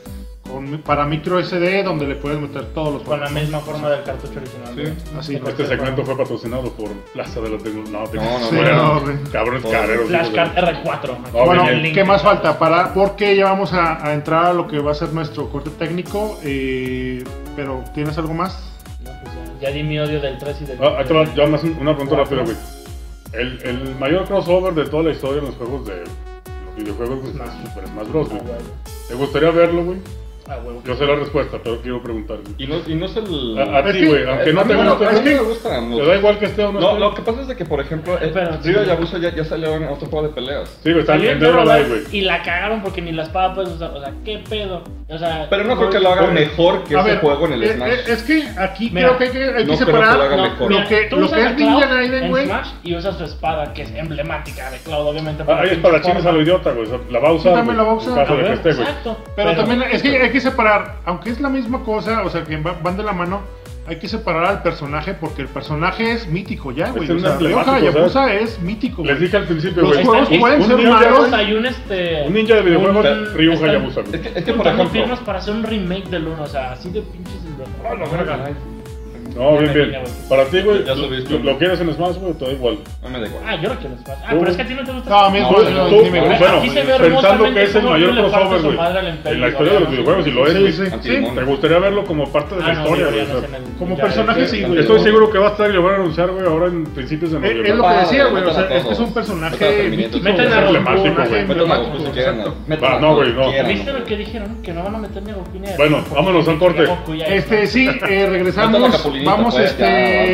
con- para micro SD donde le puedes meter todos los Con la juegos. misma forma del cartucho original. güey. Así, Exacto. Este segmento fue patrocinado por Plaza de la Tecnología. No, te- No, no, Sí, no, no, no, güey. cabrones Por- carreros. Flashcard güey. R4. aquí No, Bueno, pone el link. ¿qué más falta? Para, porque ya vamos a, a entrar a lo que va a ser nuestro corte técnico, eh, pero ¿tienes algo más? No, pues ya- ya di mi odio del 3 y del Ah, ahí te va, yo me hace una pregunta rápida, güey. El, el mayor crossover de toda la historia en los juegos de los videojuegos güey, Smash. es Super Smash Bros, Ah, güey. huevo. ¿Te gustaría verlo, güey? Ah, huevo. Yo sé la respuesta, pero quiero preguntar. güey. Y no, y no es el. A, a Es ti, que- güey, aunque no a te mí me- guste, a mí me güey, gustan los- te da igual que esté o no No, esté. lo que pasa es de que, por ejemplo, eh, Espera, Ryu sí. Yabusa ya, ya salió en otro juego de peleas. Sí, güey, está Salió bien en de Dead or verdad, Alive güey. y la cagaron porque ni la espada puedes usar. O sea, ¿qué pedo? O sea, Pero no creo que lo haga Oye, mejor que A ese ver, juego en el eh, eh, Smash. es que aquí Mira, creo que hay que, hay no que creo que lo haga separar mejor. lo mira, que, tú lo usas que a es Ninja Cloud Gaiden, en güey. Smash y usa su espada, que es emblemática de Cloud, obviamente. por Ah, la Hay pinche espadachines forma. a lo idiota, güey. o sea, La va a usar. también güey, la va a En usar. caso Ah, de que huevo, esté, este, güey. Exacto. Pero también es que hay que separar, aunque es la misma cosa, o sea, que va- van de la mano, hay que separar al personaje porque el personaje es mítico ya, güey. Este O es sea, un Ryoja emblemático, Yakuza es mítico, Les güey. dije al principio, Los güey. juegos Ahí está, pueden un ser ninja, malos. güey. Hay un este. Un ninja de videojuegos, Pero- Ryu están- Hayabusa, güey. Es que, es que, por juntando ejemplo. firmas para hacer un remake del 1, o sea, así de pinches. Ah, la verga. No, bien, bien. Para ti, güey, Ya subiste lo, uno. lo quieres en Smash, güey, te da igual. No me da igual. Ah, yo no quiero Smash. Ah, Tú- pero es que a ti no te gusta No, a mí es No, bueno, güey, no, tú, dime, güey. güey. bueno, Aquí se ve pensando hermosamente que es el cómo mayor le parte crossover, su madre al güey, imperio, en la historia de los ¿no? videojuegos, y lo es, Sí, güey. sí, Eh, sí. Anti-demonio. ¿Te gustaría verlo como parte de la Ah, no, historia, yo ya güey? o no sea, sé en el- Como ya, personaje ya, sí, ya. güey. Estoy seguro que va a estar, y lo van a anunciar, güey, ahora en principios de eh, Es, es lo noviembre. que Padre, decía, güey, o metan a sea, es que es todos. un Metan a personaje Terminator. mítico. Metan a güey, personaje Goku, metan a Goku si Metan a emblemático, Goku si quieren. exacto. metan a Va, no, Goku, güey, no. quieran, ¿Viste güey. lo que dijeron? Que no van a meter ni a Goku ni a Bueno, Goku. vámonos al corte. Goku ya Este, está. sí, eh, Metan a regresamos, Capulinita, vamos, pues, este...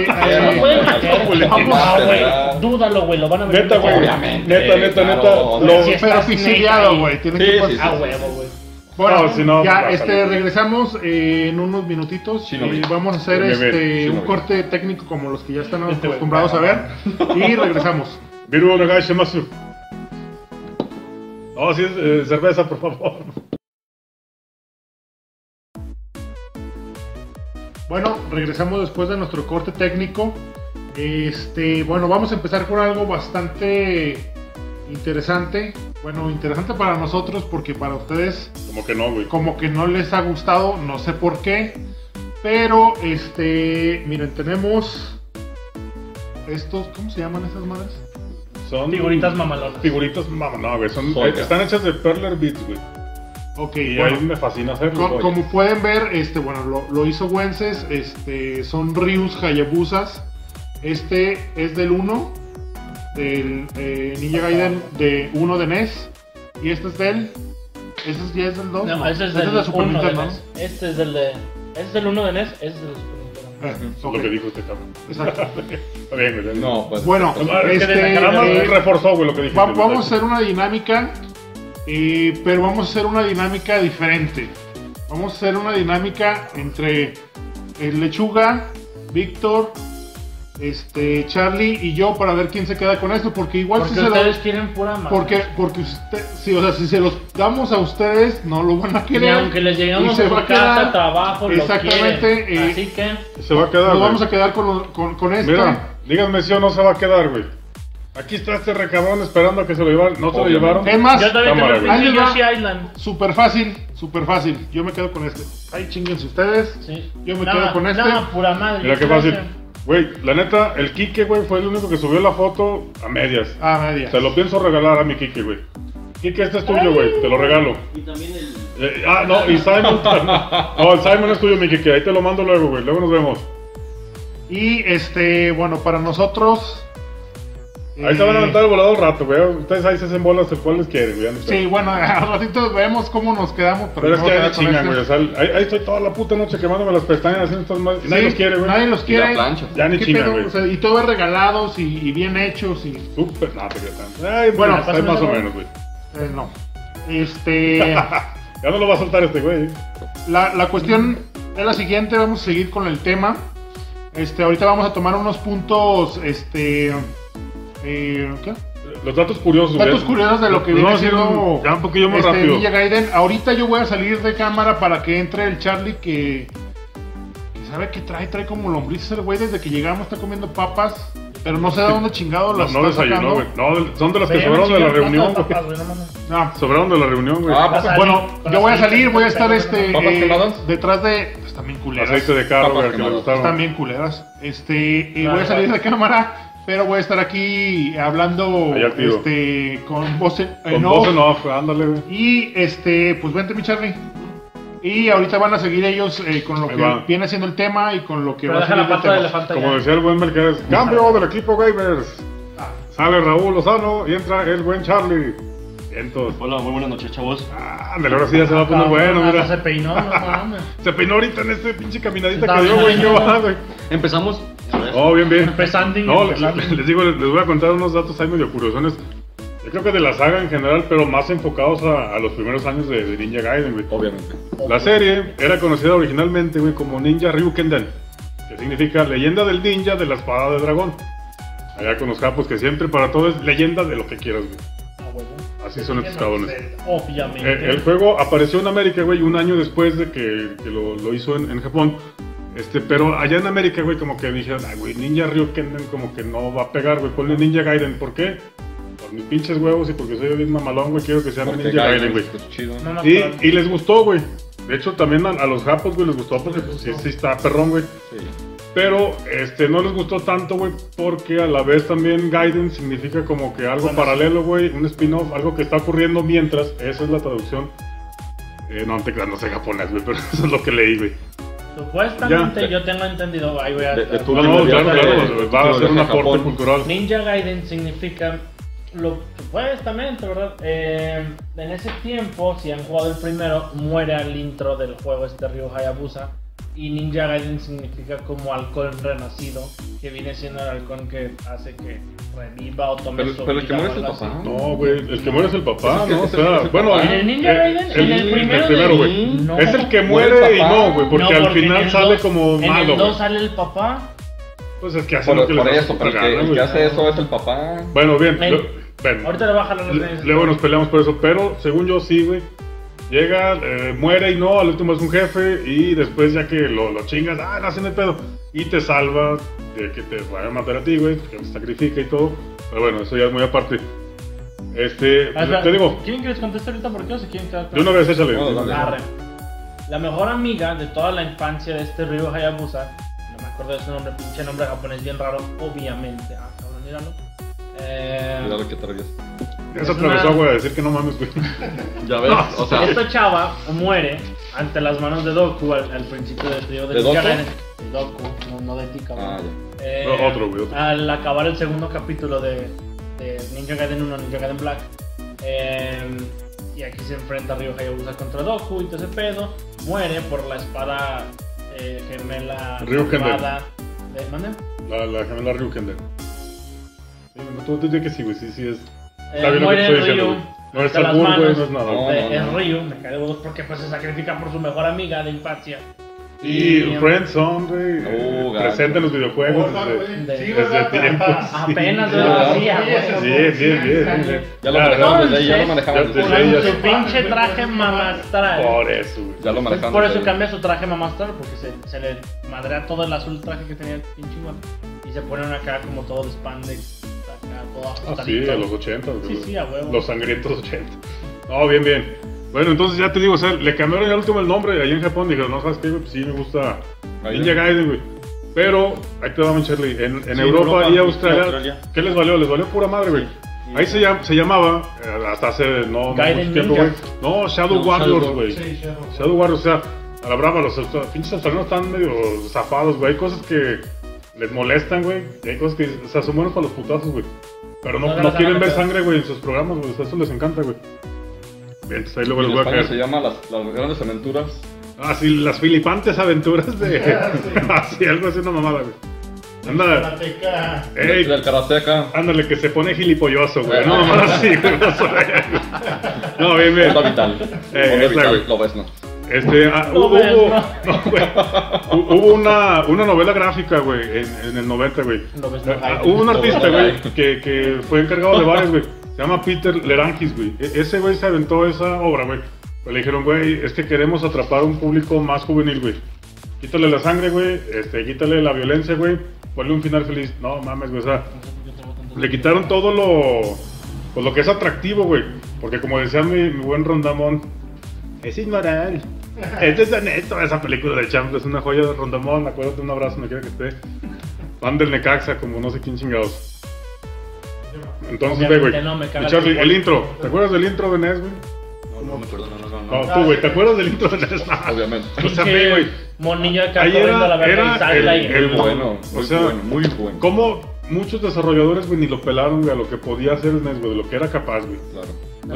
ya, Pero eh, no pueden ya, meter. ya, ya, Vamos, ya, no, güey. ya. Dúdalo, güey. Lo van a meter. Neta, güey. Obviamente, Neta, neta, claro, neta. Sí, obviamente. Lo- es- Pero Estás neta pisillado, ahí. güey, tiene Sí, que sí, pasar- sí. A Ah, huevo, güey. Bueno, No, si no, ya va a este, salir. regresamos eh, en unos minutitos Shinobi. y vamos a hacer Bien, bien, este, Shinobi. un corte técnico como los que ya están Este güey. acostumbrados a ver y regresamos. Viru Onagai Shemasu. No, sí, es, eh, cerveza, por favor. Bueno, regresamos después de nuestro corte técnico. Este, bueno, vamos a empezar con algo bastante interesante. Bueno, interesante para nosotros porque para ustedes Como que no, güey. como que no les ha gustado, no sé por qué. Pero, este, miren, tenemos estos, ¿cómo se llaman esas madres? Son Figuritas mamalonas. Figuritas mamá, no, güey. Son, Soya. eh, están hechas de Perler Beats, güey. Ok, Y bueno. ahí me fascina hacerlo. Co- güey. como pueden ver, este, bueno, lo, lo hizo Wences, este, son Ryus Hayabusas. Este es del 1, E del eh, Ninja Gaiden de 1 de NES. Y este es del ¿Ese es- ya es del 2? No, ese es Ese el de Super 1 de Nintendo. NES. Este es el de. Este es el 1 de NES, este es el de Super Nintendo. Eh, Lo ok, que dijo este cabrón. exacto. Está bien, güey. No, pues. Bueno, pues, Nomás- Este, nada más eh, reforzó, güey, lo que dijiste. Va- güey. vamos a hacer una dinámica, eh, pero vamos a hacer una dinámica diferente. Vamos a hacer una dinámica entre el lechuga, Víctor, este, Charlie y yo para ver quién se queda con esto, porque igual Porque si se lo- ustedes quieren pura madre. porque porque usted, sí, o sea, si se los damos a ustedes no lo van a Ni querer. aunque les y llegamos se a va a su quedar- casa, trabajo, lo exactamente, quieren. eh, Así que. Se va a quedar. Nos güey. vamos a quedar este. con, lo- con, con esto. Mira, díganme si o no se va a quedar, güey. Aquí está este recabón esperando a que se lo llevaran. No se lo Obviamente. llevaron. Es más, Yo también cámara, tengo güey. el Ahí pinche va. Yoshi Island. súper fácil, súper fácil. Yo me quedo con este. Ay, chinguense ustedes. Sí. Yo me No, quedo con este. No, pura madre. Mira qué gracias. fácil. Güey, la neta, el Kike, güey, fue el único que subió la foto a medias. Ah, media. Te lo pienso regalar a mi Kike, güey. Kike, este es tuyo, güey. Te lo regalo. Y también el. Eh, ah, no, y Simon. <laughs> no, el Simon es tuyo, mi Kike. Ahí te lo mando luego, güey. Luego nos vemos. Y este, bueno, para nosotros. Ahí eh, se van a levantar el volador un rato, güey. Ustedes ahí se hacen bolas el cual les quieren, güey. ya no sé. Sí, bueno, <laughs> al ratito vemos cómo nos quedamos. Pero es no que ahí voy a me quedar con chingan, güey. este. O sea, ahí, ahí estoy toda la puta noche quemándome las pestañas haciendo estas madres. Nadie Sí, los quiere, güey. Nadie los Y la quiere. plancha. Ya ni ¿Qué chingan, pedo? güey. O sea, y todo es regalados y, y bien hechos y. Súper, no, te creas tanto. Ay, Bueno, bueno, está ahí pásame más o esa, menos, güey. eh, no. <laughs> Este. Ya no lo va a soltar este güey. La, la cuestión es la siguiente, vamos a seguir con el tema. Este, ahorita vamos a tomar unos puntos, este, eh, ¿qué? Los datos curiosos, güey. Datos curiosos de lo que Nos viene vamos a ir siendo un- Ya un poquillo más este, rápido. Ninja Gaiden. Ahorita yo voy a salir de cámara para que entre el Charlie que, que sabe que trae, trae como lombrices el güey desde que llegamos está comiendo papas, pero no sé de dónde chingado No, las no está desayunó, sacando. güey. No, son de las que Ve, sobraron de la chingan, reunión, papas, güey. güey, no mames. <laughs> No, Sobraron de la reunión, güey. Ah, Vas a bueno, salir, yo voy a vas salir, voy a estar salir, este ¿Papas eh, quemadas? detrás de están bien culeras. Aceite de carro, Papas güey, que me quemadas. gustaron. Están bien culeras. Este, y Vale, voy a salir de vale. la cámara, pero voy a estar aquí hablando Ahí al tiro. este, con voz en Con en off. voz en off, ándale, güey. Y este, pues vente mi Charlie. Y ahorita van a seguir ellos eh, con lo Ahí que va. viene siendo el tema y con lo que va Pero a deja ser la pata de elefante. Como ya. decía el buen Melqueres, cambio del equipo Gamers. Sale Raúl Lozano y entra el buen Charlie. Entonces, Hola, muy Ah, buenas noches, chavos. ándale, ahora sí ya se va a poner Ah, Cabrón, bueno, hasta mira. Se peinó, no mames. Se peinó ahorita en este pinche caminadita Está que dio, bien, güey. ya, qué ya. bajada, güey. Empezamos. A ver. Oh, bien, bien. Empezando y No, les, empezando. les digo, les, les voy a contar unos datos ahí medio curiosos. Yo creo que de la saga en general, pero más enfocados a, a los primeros años de, de Ninja Gaiden, güey. Obviamente. La serie era conocida originalmente, güey, como Ninja Ryukenden, que significa leyenda del ninja de la espada de dragón. Allá con los capos que siempre para todo es leyenda de lo que quieras, güey. Ah, güey, ¿no? Así son estos Sí, cabrones. Obviamente. Eh, el juego apareció en América, güey, un año después de que, que lo, lo hizo en, en Japón. Este, pero allá en América, güey, como que dijeron, ay, güey, Ninja Ryukenden como que no va a pegar, güey, ponle Ninja Gaiden. ¿Por qué? Por mis pinches huevos y porque soy bien mamalón, güey, quiero que sea Porque Ninja Gaiden, Gaiden, pues, güey. es chido. No me Y, acuerdo. y les gustó, güey. De hecho, también a, a los japos, güey, les gustó porque pues, sí, sí está perrón, güey. Sí. Pero este, no les gustó tanto, güey, porque a la vez también Gaiden significa como que algo paralelo, güey, un spin-off, algo que está ocurriendo mientras. Esa es la traducción. Eh, no, te creas, no sé japonés, güey, <laughs> pero eso es lo que leí, güey. Supuestamente Ya. yo tengo entendido. Ay, güey, De- de tu No, último no, claro, viaje claro, de- güey, va a de ser un aporte Japón. cultural. Ninja Gaiden significa lo supuestamente, ¿verdad? Eh, en ese tiempo, si han jugado el primero, muere al intro del juego este Ryu Hayabusa. Y Ninja Gaiden significa como halcón renacido, que viene siendo el halcón que hace que reviva o tome Pero, su pero el que vida muere o es el algo así. papá. No, güey, el que muere es el papá, Ese es el- ¿no? O ese es el- sea, ese es el bueno, eh, papá. En el Ninja Gaiden, en el primero de- güey. No. Es el que Muere el muere y papá. no, güey, porque, No, al final en el sale dos- como En malo. el 2 güey. sale el papá. Pues es que hace lo Por, que por le da eso, su pero el puta que, gana, el que güey. hace eso es el papá. Bueno, bien. Ven. lo- ven. Ahorita le baja la Le- Luego nos peleamos por eso, pero según yo sí, güey. Llega, eh, muere y no, al último es un jefe y después ya que lo, lo chingas, ah, no hacen el pedo. Y te salva de que te vayan a matar a ti, güey, que te sacrifica y todo. Pero bueno, eso ya es muy aparte. Este, Ah, pues, te digo, ¿Quién quieres contestar ahorita por qué o si quieren quedar de una vez échale. No, dale. Arre. La mejor amiga de toda la infancia de este Ryu Hayabusa, no me acuerdo de su nombre, pinche nombre japonés bien raro, obviamente. Ah, cabrón, míralo. Eh, Cuidado que traes. Ya Es se atravesó, una- güey, a decir que no mames, güey. <laughs> Ya ves, o sea, Esta chava muere ante las manos de Doku al, al principio del trío de ¿De Ninja Doku? Gaiden. De Doku, no, no de ti, cabrón. Ah, Eh, No, otro, güey, otro. Al acabar el segundo capítulo de, de Ninja Gaiden 1, Ninja Gaiden Black, eh, Y aquí se enfrenta Ryo Hayabusa contra Doku y todo ese pedo. Muere por la espada eh, gemela Ryu Kenden. malvada de- ¿Mande? La, la gemela Ryukender. Sí, no, tú, tú di que sí, güey, sí, sí es. Está Eh, bien lo que muere estoy Ryu. diciendo, güey. No es Está las albur, güey, manos. no es nada. No. güey. Eh, es Ryu, me cae de huevos porque pues se sacrifica por su mejor amiga de <laughs> infancia. Y em, Friends hombre, Oh, gacho. presente en los videojuegos. Gorda, desde- güey. de- Sí, ¿verdad? desde tiempos. Ajá. Apenas Sí, lo ¿verdad? hacía, Oye, ese güey. Bien, bien, bien. Sangre. Ya lo Claro. manejamos desde ahí, ya lo Entonces, manejamos ya desde te- ahí. Con ella- su pinche traje mamastral. Por eso, güey. Ya lo Pues manejamos por desde eso ahí. cambia su traje mamastral, porque se, se le madrea todo el azul traje que tenía el pinche güey. Y se pone una cara como todo de spandex, acá todo Ah, sí, ajustadito. a los 80. Sí, sí, a huevo. Los sangrientos 80. No, bien, bien. Bueno, entonces ya te digo, o sea, le cambiaron ya al último el nombre. Allí en Japón dijeron, no, ¿sabes qué? güey? Pues sí, me gusta Gaiden. Ninja Gaiden, güey. Pero, ahí te va, mi Charlie. En, en Sí, Europa, Europa y y Australia, Australia. ¿qué les valió? Les valió pura madre, güey. Ahí se, llam- se llamaba, eh, hasta hace no, no Gaiden mucho tiempo, güey. Ninja. No, Shadow No, Warriors, Shadow güey. Sí, Shadow. Shadow Warriors, o sea, a la brava, los austra- pinches australianos están medio zafados, güey. Hay cosas que les molestan, güey. y hay cosas que o sea, son buenos para los putazos, güey. Pero no, No, no no les quieren van a ver meter. sangre, güey, en sus programas, güey. O sea, eso les encanta, güey. Bien, entonces ahí luego les En voy a España se caer. llama las, las grandes aventuras. Ah, sí, las filipantes aventuras de. <laughs> Ah, sí, algo así, una mamada, güey. Anda, ah, Karateka. ey, Del karateka. ándale, que se pone gilipolloso, güey. No, <laughs> mamada, sí, güey. No, <laughs> sabe. No, bien, bien. Onda vital. Eh, Onda es la- vital. Lo ves, ¿no? Este, ah, No, hubo, ves, hubo- no. <laughs> no, güey. Hu- hubo una, una novela gráfica, güey, en, en el 90, güey. Lo ves, Ah, no. hubo un artista, No, güey, no. que, que fue encargado de varias, güey. Se llama Peter Lerangis, güey. E- Ese güey se aventó esa obra, güey. Pero le dijeron, güey, es que queremos atrapar a un público más juvenil, güey. Quítale la sangre, güey. Este, quítale la violencia, güey. Ponle un final feliz. No mames, güey. O sea, le quitaron todo lo, pues, lo que es atractivo, güey. Porque como decía mi, mi buen Rondamón, es <laughs> inmoral. es deshonesto esa película de Champions, es una joya de Rondamón. Acuérdate, un abrazo, me quiera que esté. Van del Necaxa, como no sé quién chingados. Entonces, ve, güey. Obviamente no, me caga Y Charlie, el fútbol. el intro. ¿Te acuerdas del intro de Nes, güey? No, no me acuerdo, no, no, no. No, no. Ah. tú, güey. ¿Te acuerdas del intro de Nes? Obviamente. O sea, ve, güey. Moniño acá Ahí corriendo era- a la verga era y salta el- y el- Bueno, O muy sea, bueno, muy bueno. ¿Cómo muchos desarrolladores, güey, ni lo pelaron, güey, a lo que podía hacer Nes, güey, de lo que era capaz, güey? Claro.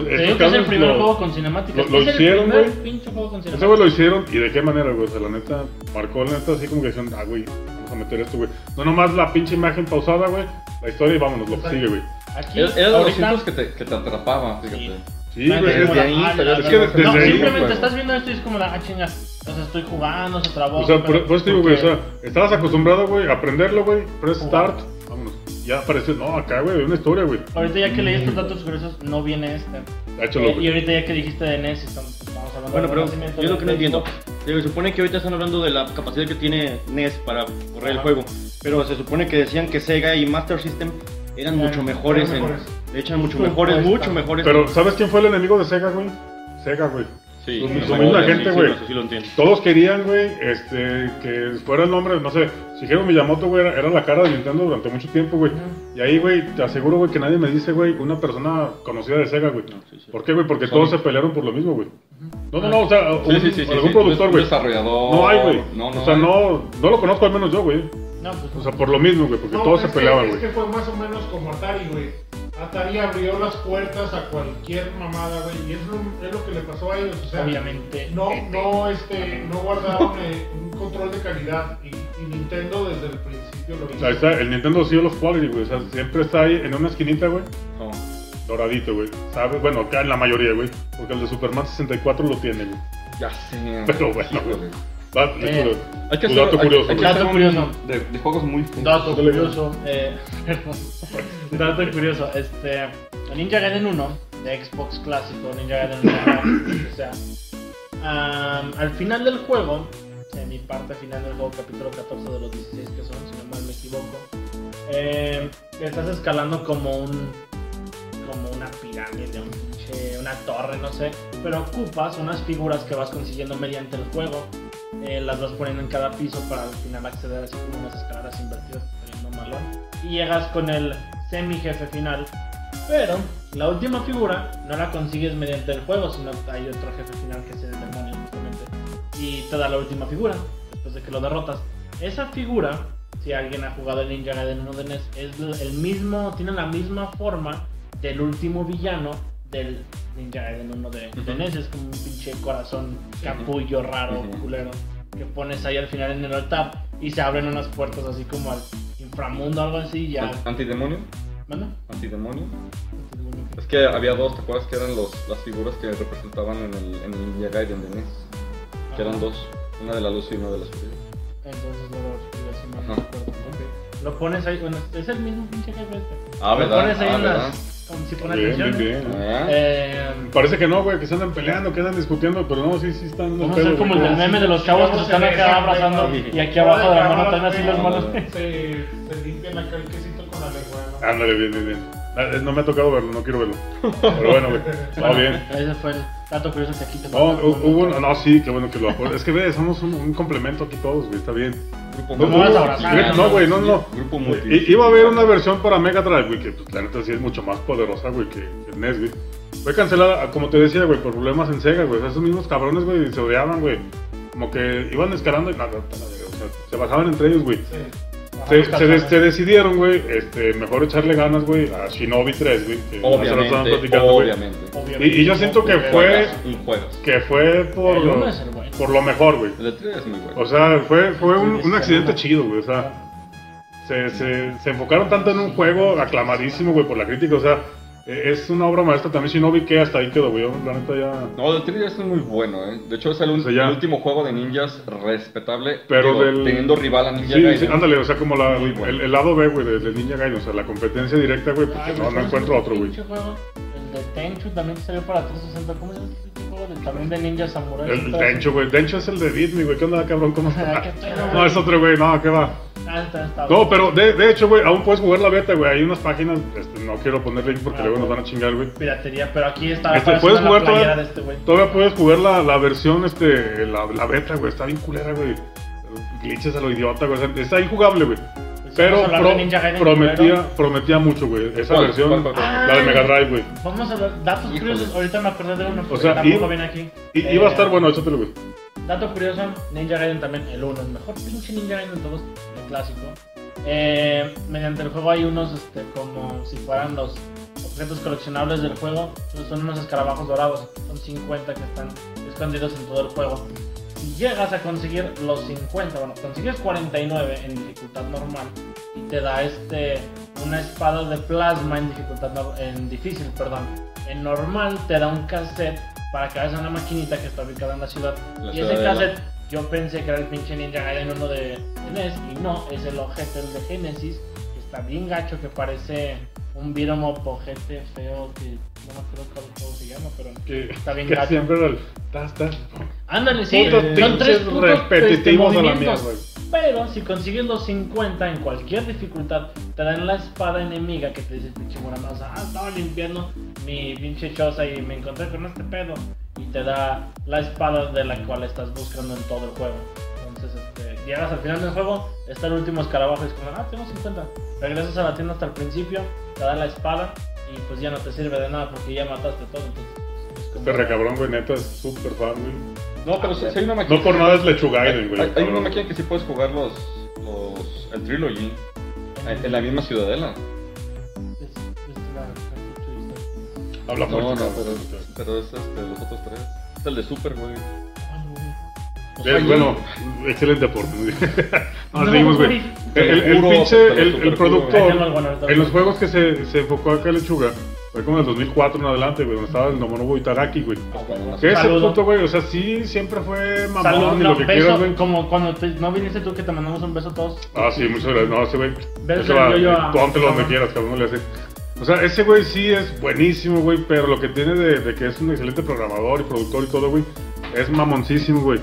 Te digo que es el primer juego con cinemáticas. lo- lo es el hicieron, primer güey. pinche juego con Ese güey cinemáticas. lo hicieron y de qué manera, güey. O sea, la neta, marcó la neta así como que decían, ah, güey, vamos a meter esto, güey. No nomás la pinche imagen pausada, güey. La historia y vámonos, lo que sigue, güey. Aquí, Era era de los ahorita, títulos que te, que te atrapaba, fíjate. Sí. Sí, Ah, güey. es es- como la- ahí ah, se ve la- el- es que la- desde no, ahí- simplemente juego. estás viendo esto y es como la, ah, chinga, o sea, estoy jugando, se trabó. O sea, por, pero- por eso te digo, güey, o sea, porque- estabas acostumbrado, güey, a aprenderlo, güey. Press start, vámonos. Ya apareció, no, acá, güey, hay una historia, güey. Ahorita ya que leí Mm. estos datos gruesos, no viene este. Háchalo, Eh, y güey. ahorita ya que dijiste de NES, estamos, estamos hablando Ah, Bueno, del Ah, pero nacimiento yo lo del que no entiendo. Xbox. Digo, se supone que ahorita están hablando de la capacidad que tiene NES para correr el Ajá. juego. Pero se supone que decían que Sega y Master System eran Eran- mucho mejores. eran en- mejores. De hecho, eran mucho Por mejores, supuesto. mucho mejores. Pero, ¿sabes quién fue el enemigo de Sega, güey? Sega, güey. Sí, Su- su en la misma memoria, gente, sí, güey. Sí, eso sí lo entiendo. Todos querían, güey, este, que fuera el nombre, no sé, Shigeru Miyamoto, güey, era, era la cara de Nintendo durante mucho tiempo, güey. Y ahí, güey, te aseguro, güey, que nadie me dice, güey, una persona conocida de Sega, güey. No, sí, sí. ¿Por qué, güey? Porque Sony. todos se pelearon por lo mismo, güey. No, no, no, o sea, Sí, un- sí, sí, sí, algún sí. productor, Un güey. desarrollador. No hay, güey. No, no. o sea, hay. no, no lo conozco al menos yo, güey. No, pues. O sea, por lo mismo, güey, porque No, pues todos se es que- peleaban, Es güey. que fue más o menos como Atari, güey. Atari abrió las puertas a cualquier mamada, güey. Y es lo, es lo que le pasó a ellos. O sea, Obviamente. No, no, este, no guardaron eh, un control de calidad. Y, y Nintendo desde el principio lo O hizo. sea, está el Nintendo Seal of Quality, güey. O sea, siempre está ahí en una esquinita, güey. No. Doradito, güey. ¿Sabes? Bueno, acá en la mayoría, güey. Porque el de Superman 64 lo tiene, güey. Ya sé. Pero bueno, Sí, güey. Va, Eh, Hay que un hacer- dato hay- curioso, hay que güey. Dato hacer un- curioso. De, de juegos muy feos. Dato ¿Qué le veo? curioso. Eh, <laughs> perdón. Dato curioso. Este. Ninja Gaiden 1, de Xbox clásico, Ninja Gaiden 1. o sea. am, al final del juego, en mi parte final del juego, capítulo 14 de los 16 que son, si no mal me equivoco, eh, estás escalando como un. como una pirámide, un pinche- una torre, no sé. Pero ocupas unas figuras que vas consiguiendo mediante el juego. eh, las vas poniendo en cada piso para al final acceder así como unas escaleras invertidas que está yendo malón. Y llegas con el semi jefe final. Pero la última figura no la consigues mediante el juego, sino hay otro jefe final que es el demonio justamente. Y te da la última figura después de que lo derrotas. Esa figura, si alguien ha jugado el Ninja E Gaiden 1 de NES, es el mismo, tiene la misma forma del último villano del Ninja Gaiden 1 de, de NES. Es como un pinche corazón capullo raro, Ujú. culero, que pones ahí al final en el altar y se abren unas puertas así como al inframundo algo así y ya. An- Antidemonio. Bueno, Antidemonio. este es bueno que- Es que había dos, ¿te acuerdas que eran los, las figuras que representaban en el, en el Ninja Gaiden de NES? Que eran dos, una de la luz y una de la oscuridad. Entonces lo voy a escribir así, no me Ajá. acuerdo. Lo pones ahí, bueno, es el mismo pinche jefe este. Ah, Lo pones ahí Ah, en ¿verdad? las. Como si pones Bien, bien, atención. bien. Ah. Eh, Parece que no, güey, que se andan peleando, que andan discutiendo, pero no, sí, sí están unos Vamos a pedos, ser como el güey. del meme de los chavos que se están acá abrazando y aquí abajo de la mano están así los manos. Se, se limpian acá el quesito con la lengua. ¿no? Ándale, bien, bien, bien. Ah, eh, No me ha tocado verlo, no quiero verlo. Pero bueno, <laughs> güey, está Ah, bien. Ese fue el dato curioso que aquí te No, faltó. hu- hubo un- no, sí, qué bueno que lo aportas. Es que, ve, somos un, un complemento aquí todos, güey, está bien. Grupo No, multi- Pues vas a güey, abrazar. no, güey, no, no. Grupo multi. I- iba a haber una versión para Mega Drive, güey, que pues, la neta sí es mucho más poderosa, güey, que, que el NES, güey. Fue cancelada, como te decía, güey, por problemas en Sega, güey. O sea, esos mismos cabrones, güey, se odiaban, güey. Como que iban escalando y nada, nada, güey, o sea, se bajaban entre ellos, güey. Se, se des- se decidieron, güey, este, mejor echarle ganas, güey, a Shinobi 3, güey. que se lo estaban Obviamente, platicando, güey. obviamente. Y, y yo siento que fue, Un juegas. que fue por, El uno lo, es el bueno. por lo mejor, güey. El de 3 es muy bueno. O sea, fue, fue un, Sí, un accidente sí. chido, güey. O sea, se, se, se enfocaron tanto en un juego aclamadísimo, güey, por la crítica. O sea, e- es una obra maestra también. Si no vi que hasta ahí quedó, güey. Yo, La neta ya. No, el Trigger es muy bueno, ¿eh? De hecho, es el, un- O sea, ya- el último juego de ninjas respetable. Pero digo, del- Teniendo rival a Ninja Sí, Gaiden. sí, ándale, o sea, como la, Muy bueno. el, el lado B, güey, de, de Ninja Gaiden. O sea, la competencia directa, güey, porque Ay, no, no ¿sabes encuentro ese otro, güey. Ah, este pinche juego? El de Tenchu también que salió para 360. ¿Cómo se llama este pinche juego? de- También de Ninja Samurai. El Dencho, güey. Dencho es el de Disney, güey. ¿Qué onda, cabrón? ¿Cómo <laughs> Ah, está? qué pedo, No, güey. es otro, güey. No, ¿qué va? Ah, está, está. No, pero de, de hecho, güey, aún puedes jugar la beta, güey. Hay unas páginas, este, no quiero poner link porque Ah, luego nos güey. van a chingar, güey. Piratería, pero aquí está. Este, apareciendo puedes la jugar playera toda- de este güey. Todavía puedes jugar la, la versión, este, la, la beta, güey. Está bien culera, güey. Glitches a lo idiota, güey. o sea, está injugable, güey. Pues Pero vamos a hablar pro- de Ninja Gaiden primero. prometía, prometía mucho, güey. Esa ¿Cuál? versión, ¿Cuál, cuál, cuál? la de Ay. Mega Drive, güey. Vamos a ver datos Híjole. curiosos. Ahorita me acordé de uno, pero sea, tampoco y- viene aquí. Y Eh, iba a estar bueno, échatelo, güey. Dato curioso, Ninja Gaiden también, el 1, el mejor pinche Ninja Gaiden de todos, el clásico. Eh, mediante el juego hay unos este, como si fueran los objetos coleccionables del juego, pero son unos escarabajos dorados, son 50 que están escondidos en todo el juego. Si llegas a conseguir los 50, bueno, consigues 49 en dificultad normal y te da este una espada de plasma en dificultad nor- en difícil, perdón. En normal te da un cassette para que hagas una maquinita que está ubicada en la ciudad La y ciudad ese de la- cassette yo pensé que era el pinche Ninja Gaiden uno de, de NES y no, es el ojete el de Genesis que está bien gacho que parece un 'em viromop ojete feo que no me acuerdo cuál juego se llama, pero Que, está bien que gacho. siempre era el... tas, tas. Ándale, sí, Putos son tres pinches putos, repetitivos este, a la movimientos. mierda. Pero si consigues los 50 en cualquier dificultad, te dan la espada enemiga que te dice pinche Muramasa. Ah, estaba limpiando mi pinche choza y me encontré con este pedo. Y te da la espada de la cual estás buscando en todo el juego. Entonces, este, llegas al final del juego, está el último escarabajo y es como, ah, tengo 50. Regresas a la tienda hasta el principio, te da la espada y pues ya no te sirve de nada porque ya mataste todo. Entonces, pues, es como- Este recabrón, güey, neta, es súper fan, güey. No, pero sí, sí hay una máquina. No por nada es Lechugaiden, Hay, güey. hay- hay una cabrón. máquina que sí puedes jugar los. los el Trilogy. ah, En en la misma ciudadela. Es- es la- la futurista. Habla no, fuerte, no, cabrón. pero, pero es este, los otros tres. Es el de Super, güey. Ah, güey. O sea, Bien, yo- Eh, bueno, excelente aporte. Nos No, seguimos, güey. güey. El, el- el Puro, pinche, pero el, súper el producto, puro, güey. Ahí en los tenemos juegos que se, se enfocó acá Lechuga, fue como en el 2004 en adelante, güey, donde estaba el Nomonobu Itagaki, güey. Ah, Que ese Pues, Saludo. punto, güey, o sea, sí, siempre fue Salud, mamón y no, lo que quieras, beso, güey. como cuando te- no viniste tú que te mandamos un beso todos. Ah, sí, muchas gracias. No, ese güey, Beso ese va, al yo-yo a- póntelo donde cabrón. quieras, cabrón, no le hace. O sea, ese güey sí es buenísimo, güey, pero lo que tiene de, de que es un excelente programador y productor y todo, güey, es mamoncísimo, güey.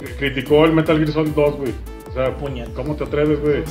Cri- Criticó el Metal Gear Solid 2, güey. O sea, Puñet. ¿cómo te atreves, güey?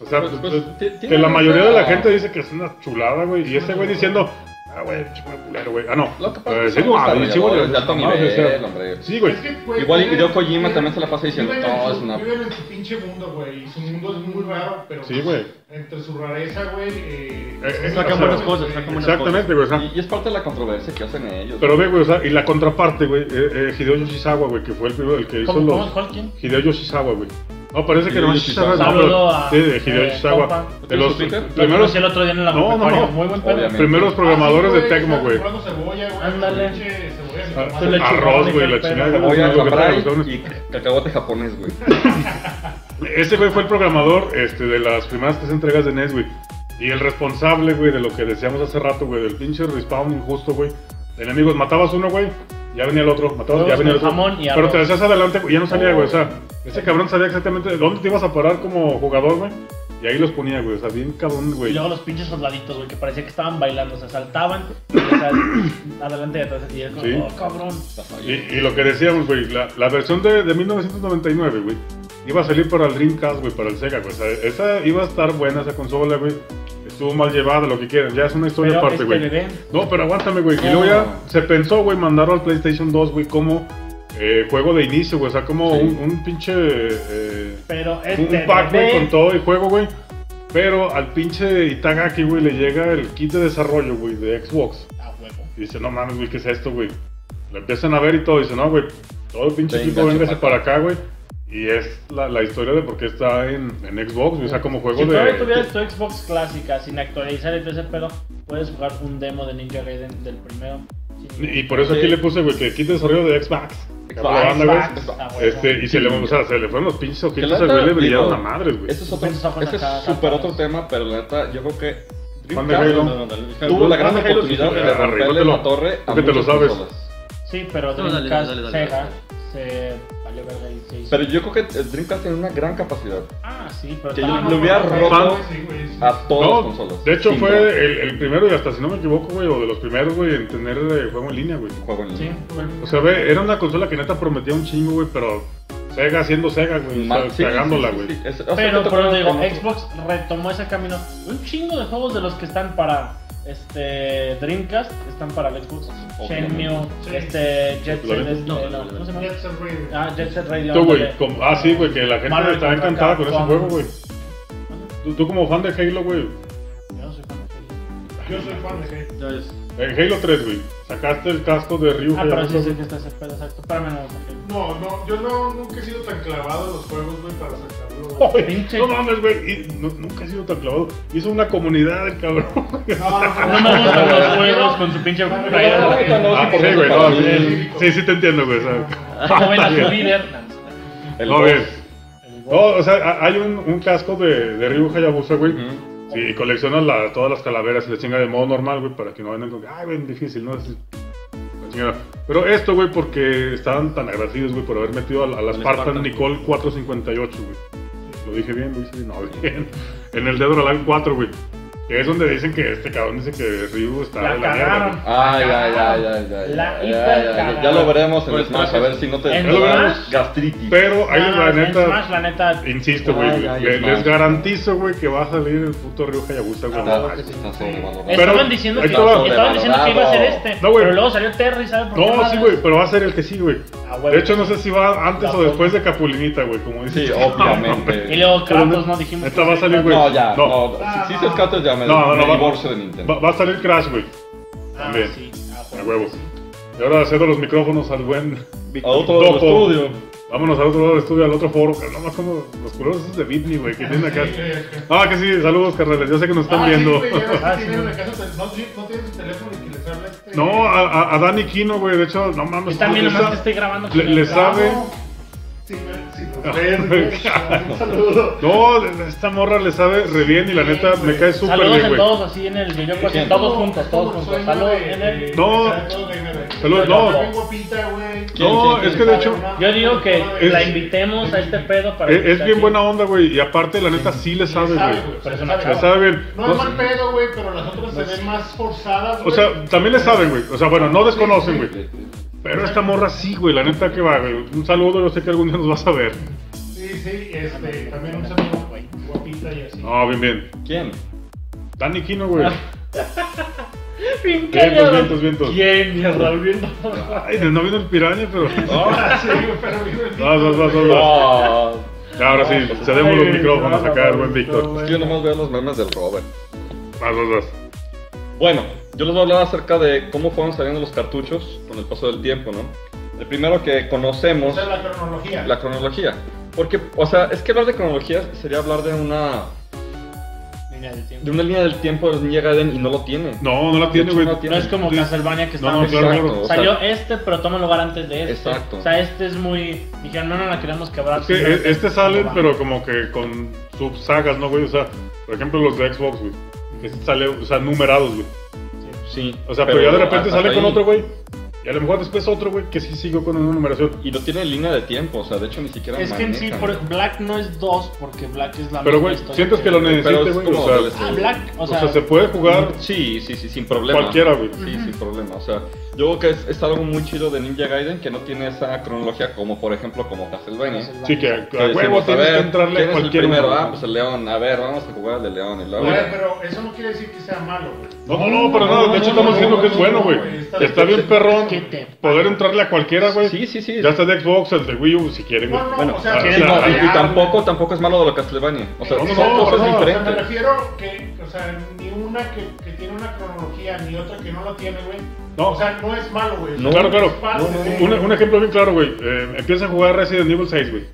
O sea, Pues, pues, pues, pues, ti- que tiene la mucha- mayoría de la gente dice que es una chulada, güey. Y ese güey diciendo, ah, güey, chico de culero, güey. Ah, no. Lo que Eh, pasa es sí, que son güey, sí, güey, desarrolladores de alto no, o sea, nivel, hombre. Sí, güey. Es que, güey, Igual y viven- Hideo Kojima viven- también se la pasa diciendo, viven en "No, su- es una-" Viven en su pinche mundo, güey. Y su mundo es muy raro, pero. Sí, güey. Entre su rareza, güey. Eh, Eh, eh, sacan o sea, buenas cosas, sacan buenas Exactamente, güey. o sea, Y, y es parte de la controversia que hacen ellos. Pero ve, güey, o sea, y la contraparte, güey, eh, eh, Hideo Yoshizawa, güey, que fue el primero, el que hizo ¿Cómo, los... cómo, cuál, quién? Hideo Yoshizawa, güey. No, parece que Sí, nomás sí, Shishaga, no, Saludo pero- a- Sí, de Hideo eh, Shishaga. compa. De los ¿Tienes su Twitter? primeros, el Ah, otro día en la No, no, pecuaria, no. Muy buen pedo. Obviamente. primeros programadores de Tecmo, güey. Comprando cebolla, Ah, güey. Ándale. pinche cebolla, mi Ah, mamá. Tú le Arroz, güey, la chingada, chingada. Voy es a lo que traen los comprar cabrones. y cacahuate japonés, <laughs> güey. Ese güey fue el programador este, de las primeras tres entregas de NES, güey. Y el responsable, güey, de lo que decíamos hace rato, güey, del pinche respawn injusto, güey. De enemigos, matabas uno, güey, ya venía el otro, matabas, ya Huevos venía el con otro. jamón y Pero arroz. Oh. te hacías adelante, güey, ya no salía, güey. O sea, ese cabrón sabía exactamente dónde te ibas a parar como jugador, güey. Y ahí los ponía, güey. O sea, bien cabrón, Y güey. luego los pinches soldaditos, güey, que parecía que estaban bailando, o sea, saltaban, y, o sea, <clears throat> adelante y atrás, y es como, Sí. oh, cabrón. Y, y lo que decíamos, güey, la, la versión de, de 1999, güey, iba a salir para el Dreamcast, güey, para el Sega, güey. O sea, esa iba a estar buena, esa consola, güey. Estuvo mal llevada, lo que quieran. Ya es una historia Pero aparte, este güey. bebé, No, pero aguántame, güey. Y luego ya se pensó, güey, mandarlo al PlayStation 2, güey, como eh, juego de inicio, güey. O sea, como Sí. un, un pinche. eh, pero un este pack, güey, bebé, con todo y juego, güey. Pero al pinche Itagaki, güey, le llega el kit de desarrollo, güey, de Xbox. a huevo. Y dice, no mames, güey, ¿qué es esto, güey? Lo empiezan a ver y todo. Y dice, no, güey, todo el pinche Venga, equipo véngase chipaco. para acá, güey. Y es la, la historia de por qué está en, en Xbox, güey. O sea, como juego Si de. todavía tuvieras tu Xbox clásica sin actualizar y todo ese pedo, puedes jugar un demo de Ninja Gaiden del primero. sin- Y por eso aquí Sí. le puse, güey, que kit de desarrollo de Xbox. Xbox, La banda, güey. Xbox, Ah, a huevo. Este, y se le, o sea, se le fueron los pinches ojitos Que la al güey, neta, le brillaron digo, a madres, güey. Este es otro, Pinches ojos este acá, es súper tapados. otro tema, pero la neta, yo creo que Fan de Dreamcast, Halo. no, no, no, Dreamcast tuvo la gran fan de Halo, oportunidad sí, de arréglatelo. romperle la torre a Tú que te lo muchas sabes. consolas. Sí, pero No, dale, Dreamcast, dale, dale, dale. Sega, se valió verga y se hizo. Pero yo creo que el Dreamcast tiene una gran capacidad ah, sí, pero Que también- yo- lo hubiera roto. Sí, güey, sí. a todas las No, consolas. de hecho Sin fue duda. el, el primero y hasta si no me equivoco, güey, o de los primeros, güey, en tener eh, juego en línea, güey. juego en Sí, línea. fue- O sea, ve, era una consola que neta prometía un chingo, güey, pero Sega haciendo Sega, güey, o sea, Ma- sí, cagándola, sí, sí, güey. sí, es- o sea, Pero te por eso tocó digo, con otro. Xbox retomó ese camino. Un chingo de juegos de los que están para este Dreamcast están para el Xbox. Obviamente. Shenmue, Sí. este Jet Set, Claro. este, No, no, no, ¿cómo se llama? Jet Set Radio. Ah, Jet Set Radio. Tú, güey, ándale. como- ah, sí, güey, que la gente Marvel estaba contra encantada con ese Capcom. juego, güey. Tú, tú como fan de Halo, güey, Yo no soy fan de Halo. Yo soy fan de Halo. Entonces, en eh, Halo 3, güey, sacaste el casco de Ryu. Ah, güey, pero ¿no? sí sé que está ese pedo, exacto. Para mí no me gusta Halo. No, no, yo no, nunca he sido tan clavado en los juegos, güey, para sacarlo. güey. <laughs> Ay, Pinche- No mames, güey. y no- nunca he sido tan clavado. Hizo una comunidad el cabrón. <laughs> Ah, No me gustan los juegos con su pinche no, player. no, Ah, sí, sí, güey. para No, mí. sí, sí, sí te entiendo, güey. o sea, Joven a su líder. <laughs> El no, dos. bien. El No, o sea, ha- hay un, un casco de, de Ryu Hayabusa, güey. Ujú. Sí, y colecciona la- todas las calaveras y la chinga de modo normal, güey, para que no vengan con que, ay, güey, difícil, ¿no? Así, la chingada. Pero esto, güey, porque estaban tan agradecidos, güey, por haber metido a, la- a la Al Spartan Spartan. Nicole 458, güey. Lo dije bien, lo hice bien, no, bien. En el Dead or Alive 4, güey. Que es donde dicen que este cabrón dice que Ryu está La de la mierda, güey. cagaron. Ay, ay, ay, ay, ay. La ay, hiper ay, ay, cagada. Ya lo veremos en Pues, Smash, a ver si no te ¿En te va a dar Smash? gastritis. Pero ahí Ah, la en neta, Smash, la neta. insisto, Ay, güey, ay, le- Smash. les garantizo, güey, que va a salir el puto Ryu Hayabusa, güey. Está- no manches. Ah, está sobrevalorado. Pero- estaban diciendo, que, ahí estaba. estaban diciendo que iba a ser este. No, güey. pero luego salió Terry, ¿sabes por qué? No, sí, madres? güey, pero va a ser el que sí, güey. Ah, güey. De hecho, no sé si va antes La o después de Capulinita, güey, como dices. Sí, <laughs> No, <laughs> Y obviamente. luego Pero Kratos, no dijimos. Esta que va a sí, salir, güey. No, ya, no. Ah, Si si no. se escata ya me No, no, me no, va- divorcio de Va, Nintendo. va a salir Crash, güey. Ah, Bien. sí, ah, A huevo. Y ahora cedo los micrófonos al buen. <laughs> A otro lado del Topo. estudio. Vámonos al otro lado del estudio, al otro foro. que No más como los culeros esos de Bitney, güey, que tienen acá. Sí, güey, acá. Ah, que sí, saludos, carnales. Yo sé que nos están Ah, sí, viendo. güey, ya ves que Ah, sí, tienen güey. la casa del- no, sí, no tienen su teléfono y que les hable este- <laughs> No, a, a- a Dani Kino, güey. De hecho, no mames. Y también le nomás sa- que estoy grabando. le- le sabe. Sí, me- sí, nos ven, güey. Un saludo. No, esta morra le sabe re bien y la neta me cae súper Saludos bien, en güey. todos, así en el video, Sí, así, todos juntos, todos juntos. Soy Saludos de- en el. No. Saludos, de- Saludos, Yo no. también guapita, güey. ¿Quién, No, quién, quién? es que de hecho. Yo digo que Es- la invitemos a este pedo para. Es, que es esté bien aquí. buena onda, güey. Y aparte, la neta, sí le sabe, Sabe, güey. güey, Pero es sabe, una güey. Le sabe bien. No es mal pedo, güey, pero las otras se ven más forzadas, O güey. sea, también le saben, güey. O sea, bueno, no desconocen, güey. Sí, sí. Pero esta morra sí, güey. La neta que va, güey. Un saludo, yo sé que algún día nos vas a ver. Sí, sí, este, también un saludo, güey. Guapita y así. No, bien, bien. <laughs> ¿Quién? Dani Kino, güey. Bien Vientos, callado. vientos, vientos. ¿Quién? Mi Raúl, bien. Ay, no vino el piraña, pero. Oh. Ah, sí, güey, <laughs> pero bien, güey. Vas, vas, vas, vas, vas. Ah, Ya, ahora sí, cedemos los micrófonos acá al buen Víctor. es que yo nomás veo los memes del Robert. Vas, vas, vas. Bueno, yo les voy a hablar acerca de cómo fueron saliendo los cartuchos con el paso del tiempo, ¿no? El primero que O conocemos, sea, la cronología. la cronología. Porque, o sea, es que hablar de cronologías sería hablar de una Línea del tiempo. de una línea del tiempo de Ninja Gaiden y no lo tiene. No, no la tiene, güey. No No es como Castlevania que No, está no, claro, claro. o sea, Salió este, pero toma lugar antes de este. Exacto. O sea, este es muy. Dijeron, no, no la queremos quebrar. Es que sino e- este sale, va. pero como que con subsagas, ¿no, güey? O sea, por ejemplo, los de Xbox, güey. Que sale, o sea, numerados, güey. Sí. O sea, pero, ya de repente hasta sale con ahí. otro, güey. Y a lo mejor después otro, güey, que sí siguió con una numeración. Y no tiene línea de tiempo, o sea, de hecho ni siquiera Es que en sí, manejan. por- Black no es dos, porque Black es la Pero, misma güey, historia sientes que lo necesitas, es güey. como O sea, DLC. Ah, Black, o o sea. sea, se puede jugar Mm, Sí, sí, sí, sin problema. cualquiera, güey. Sí, sin problema. O sea, yo creo que es, es algo muy chido de Ninja Gaiden que no tiene esa cronología como, por ejemplo, como Castlevania. Castlevania. Sí, que a, Que a huevo decimos, a tienes ver, que ¿quién entrarle es a el cualquier primero? uno. Ah, pues el león. A ver, vamos a jugar al de león. Y luego... Oye, pero eso no quiere decir que sea malo, güey. No, no, no, pero nada, de hecho estamos diciendo que es bueno, güey. Está bien perrón que te- poder entrarle a cualquiera, güey. Sí, sí, sí. Ya está de Xbox, el de Wii U, si quieren, güey. No, no, Bueno, pues, o sea, ah, que sí, es no, y- variable. y tampoco, tampoco es malo de lo Castlevania. O sea, no, no, son no, cosas no, o sea, me diferentes. refiero que, o sea, ni una que, que tiene una cronología, ni otra que no la tiene, güey. No. O sea, no es malo, güey. No, claro, claro. Es parte de- Un, un ejemplo bien claro, güey. Eh, empieza a jugar Resident Evil 6, güey.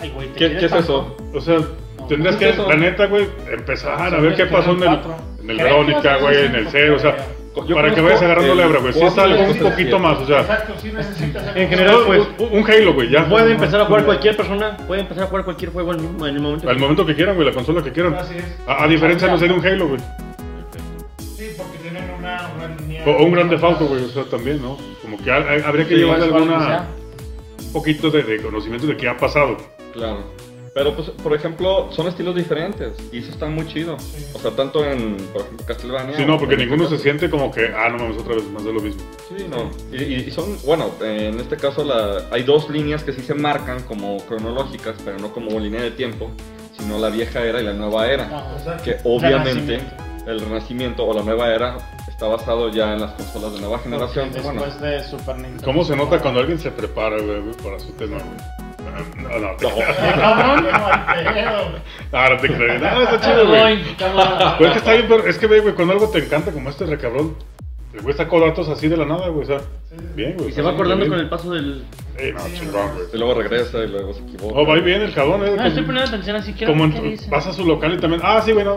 Ay, güey, te ¿Qué, quieres qué es tanto. eso? O sea, tendrías ¿qué que, es eso? la neta, güey, empezar a ver qué pasó en el, Cuatro. en Creo el que Verónica, vas a güey, decir en el cinco, Cero, o sea, Yo para que conozco vayas agarrando el lebra, güey. Sí, cuatro, es algo el un siete. poquito más, o sea, Exacto, sí necesitas. En general, pues, un, un Halo, güey, ya. Puede empezar a jugar cualquier persona, puede empezar a jugar cualquier juego en, en el momento. Al momento que quieran, güey, la consola que quieran. Así es. A, a diferencia, no sé, de un Halo, güey. Sí, porque tienen una, una línea. O, o un grande Fauto, güey, o sea, también, ¿no? Como que ha- ha- habría que Sí, llevarle igual, igual, alguna, un poquito de, de conocimiento de qué ha pasado. Claro. Pero, pues, por ejemplo, son estilos diferentes. Y eso está muy chido. O sea, tanto en, por ejemplo, Castlevania. Sí, no, porque en este ninguno caso. se siente como que, ah, no mames, otra vez más de lo mismo. Sí, no. Y, y- y son, bueno, eh, en este caso la, hay dos líneas que sí se marcan como cronológicas, pero no como línea de tiempo, sino la vieja era y la nueva era. Ajá. Que obviamente Renacimiento. el renacimiento o la nueva era está basado ya en las consolas de nueva generación. Después Bueno, de Super Nintendo. Ah, ¿Cómo se nota <laughs> cuando alguien se prepara, güey, güey, para su tema, güey? No, no, te- Ah, cabrón? No, al pedo. Ah, no te creas. No, está chido, güey. Ay, cabrón. Pues es que está bien, pero es que, ve, güey, cuando algo te encanta, como este recabrón, el güey sacó datos así de la nada, güey, o sea, bien, güey. Y se va Sí, acordando bien. con el paso del. Eh, no, chingón, güey. y luego regresa y luego se equivoca. Oh, va bien el cabrón, eh. No, como- Ah, estoy poniendo atención así que. Como en- ¿qué dice? vas a su local y también, ah, sí, bueno,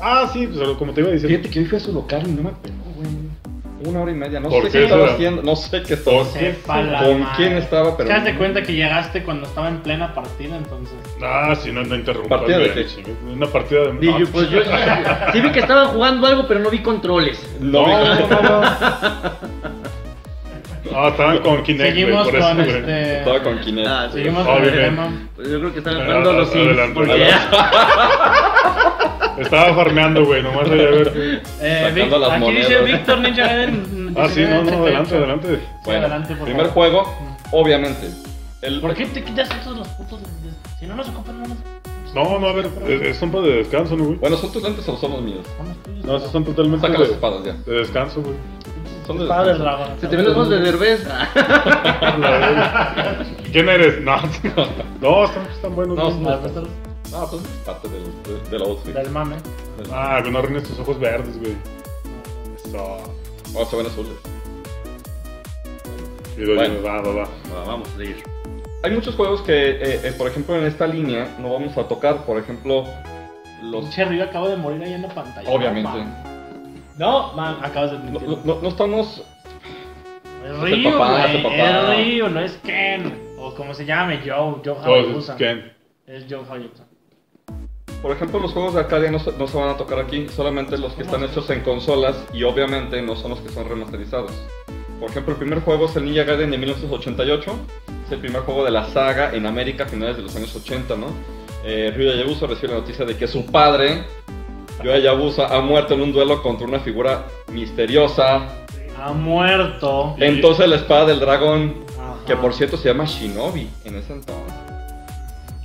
ah, sí, pues, como te iba diciendo. Fíjate que hoy fui a su local y no me peló, güey. Una hora y media, no ¿Por sé qué qué estaba será? haciendo, no sé qué estaba ¿Por haciendo. Sepa la ¿Con madre. quién estaba? Pero Te das de cuenta que llegaste cuando estaba en plena partida, entonces. Ah, si no, no interrumpas. ¿Partida de güey, qué? chingue- Una partida de. Dije, Ah, <laughs> pues yo. Sí vi que estaban jugando algo, pero no vi controles. No, no, no, no. Ah, estaban con Kinect, güey, Seguimos por eso, con güey. este. Estaba con Kinect. Ah, sí. Seguimos con el Obviamente. tema. Pues yo creo que estaban Ah, jugando a los Sims. adelante, porque adelante. Estaba farmeando, güey, nomás de ver. Eh, Sacando Vic- las aquí dice monedas. Víctor Ninja Gaiden. Ah, sí, no, <laughs> no, 1938. adelante, adelante. Bueno, adelante, por primer favor. Mm. juego, obviamente. El, ¿Por qué te quitas todos los putos? de- Si no nos ocupan, no nos. No, no, a ver, eh, es, es sombra de descanso, ¿no, güey? Bueno, ¿son tus lentes o son los míos? son los tuyos, No, esos son totalmente Saca las de, espadas ya. de descanso, güey. <laughs> Son de Espada del descanso. dragón. Se te ven los ojos de Derbez. ¿Quién eres? No, <laughs> <laughs> no, están, están buenos. No, güey. Ah, pues, del- Ah, pues es parte del, de, del outfit. Del mame. Del- Ah, que no arruines tus ojos verdes, güey. Eso. Oh, se ven azules. Y doy, Bueno. va, va, va. Ah, vamos a seguir. Hay muchos juegos que, eh, eh, por ejemplo, en esta línea no vamos a tocar. Por ejemplo, los... Pinche Río acabo de morir ahí en la pantalla. Obviamente. No, man, acabas de No, admitirlo. no- no- no estamos... Es Es el Río, papá, es el güey. Es papá. Río, no es Ken. O como se llame, Joe. Joe Todos, Hayabusa. ¿quién? Es Joe Hayabusa. Por ejemplo, los juegos de Arcadia no, se- no se van a tocar aquí, solamente los que están hechos en consolas y obviamente no son los que son remasterizados. Por ejemplo, el primer juego es el Ninja Gaiden de 1988, es el primer juego de la saga en América a finales de los años 80, ¿no? Eh, Ryu Hayabusa recibe la noticia de que su padre, Ryu Hayabusa, ha muerto en un duelo contra una figura misteriosa. Ha muerto. Entonces la espada del dragón, Ajá. que por cierto se llama Shinobi en ese entonces.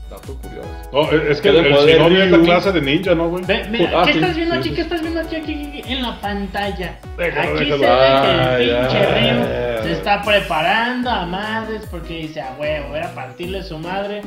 Dato curioso. No, es es que el, Puede el poder Shinobi es la Ryu. clase de ninja, ¿no, güey? Ve, mira, Ah, ¿qué sí, estás viendo sí, aquí? sí. ¿Qué estás viendo aquí, aquí, aquí, en la pantalla? Déjalo, aquí déjalo. se ve Ah, que el ya, pinche Ryu ya, ya. se está preparando a madres porque dice, a huevo, voy a partirle su madre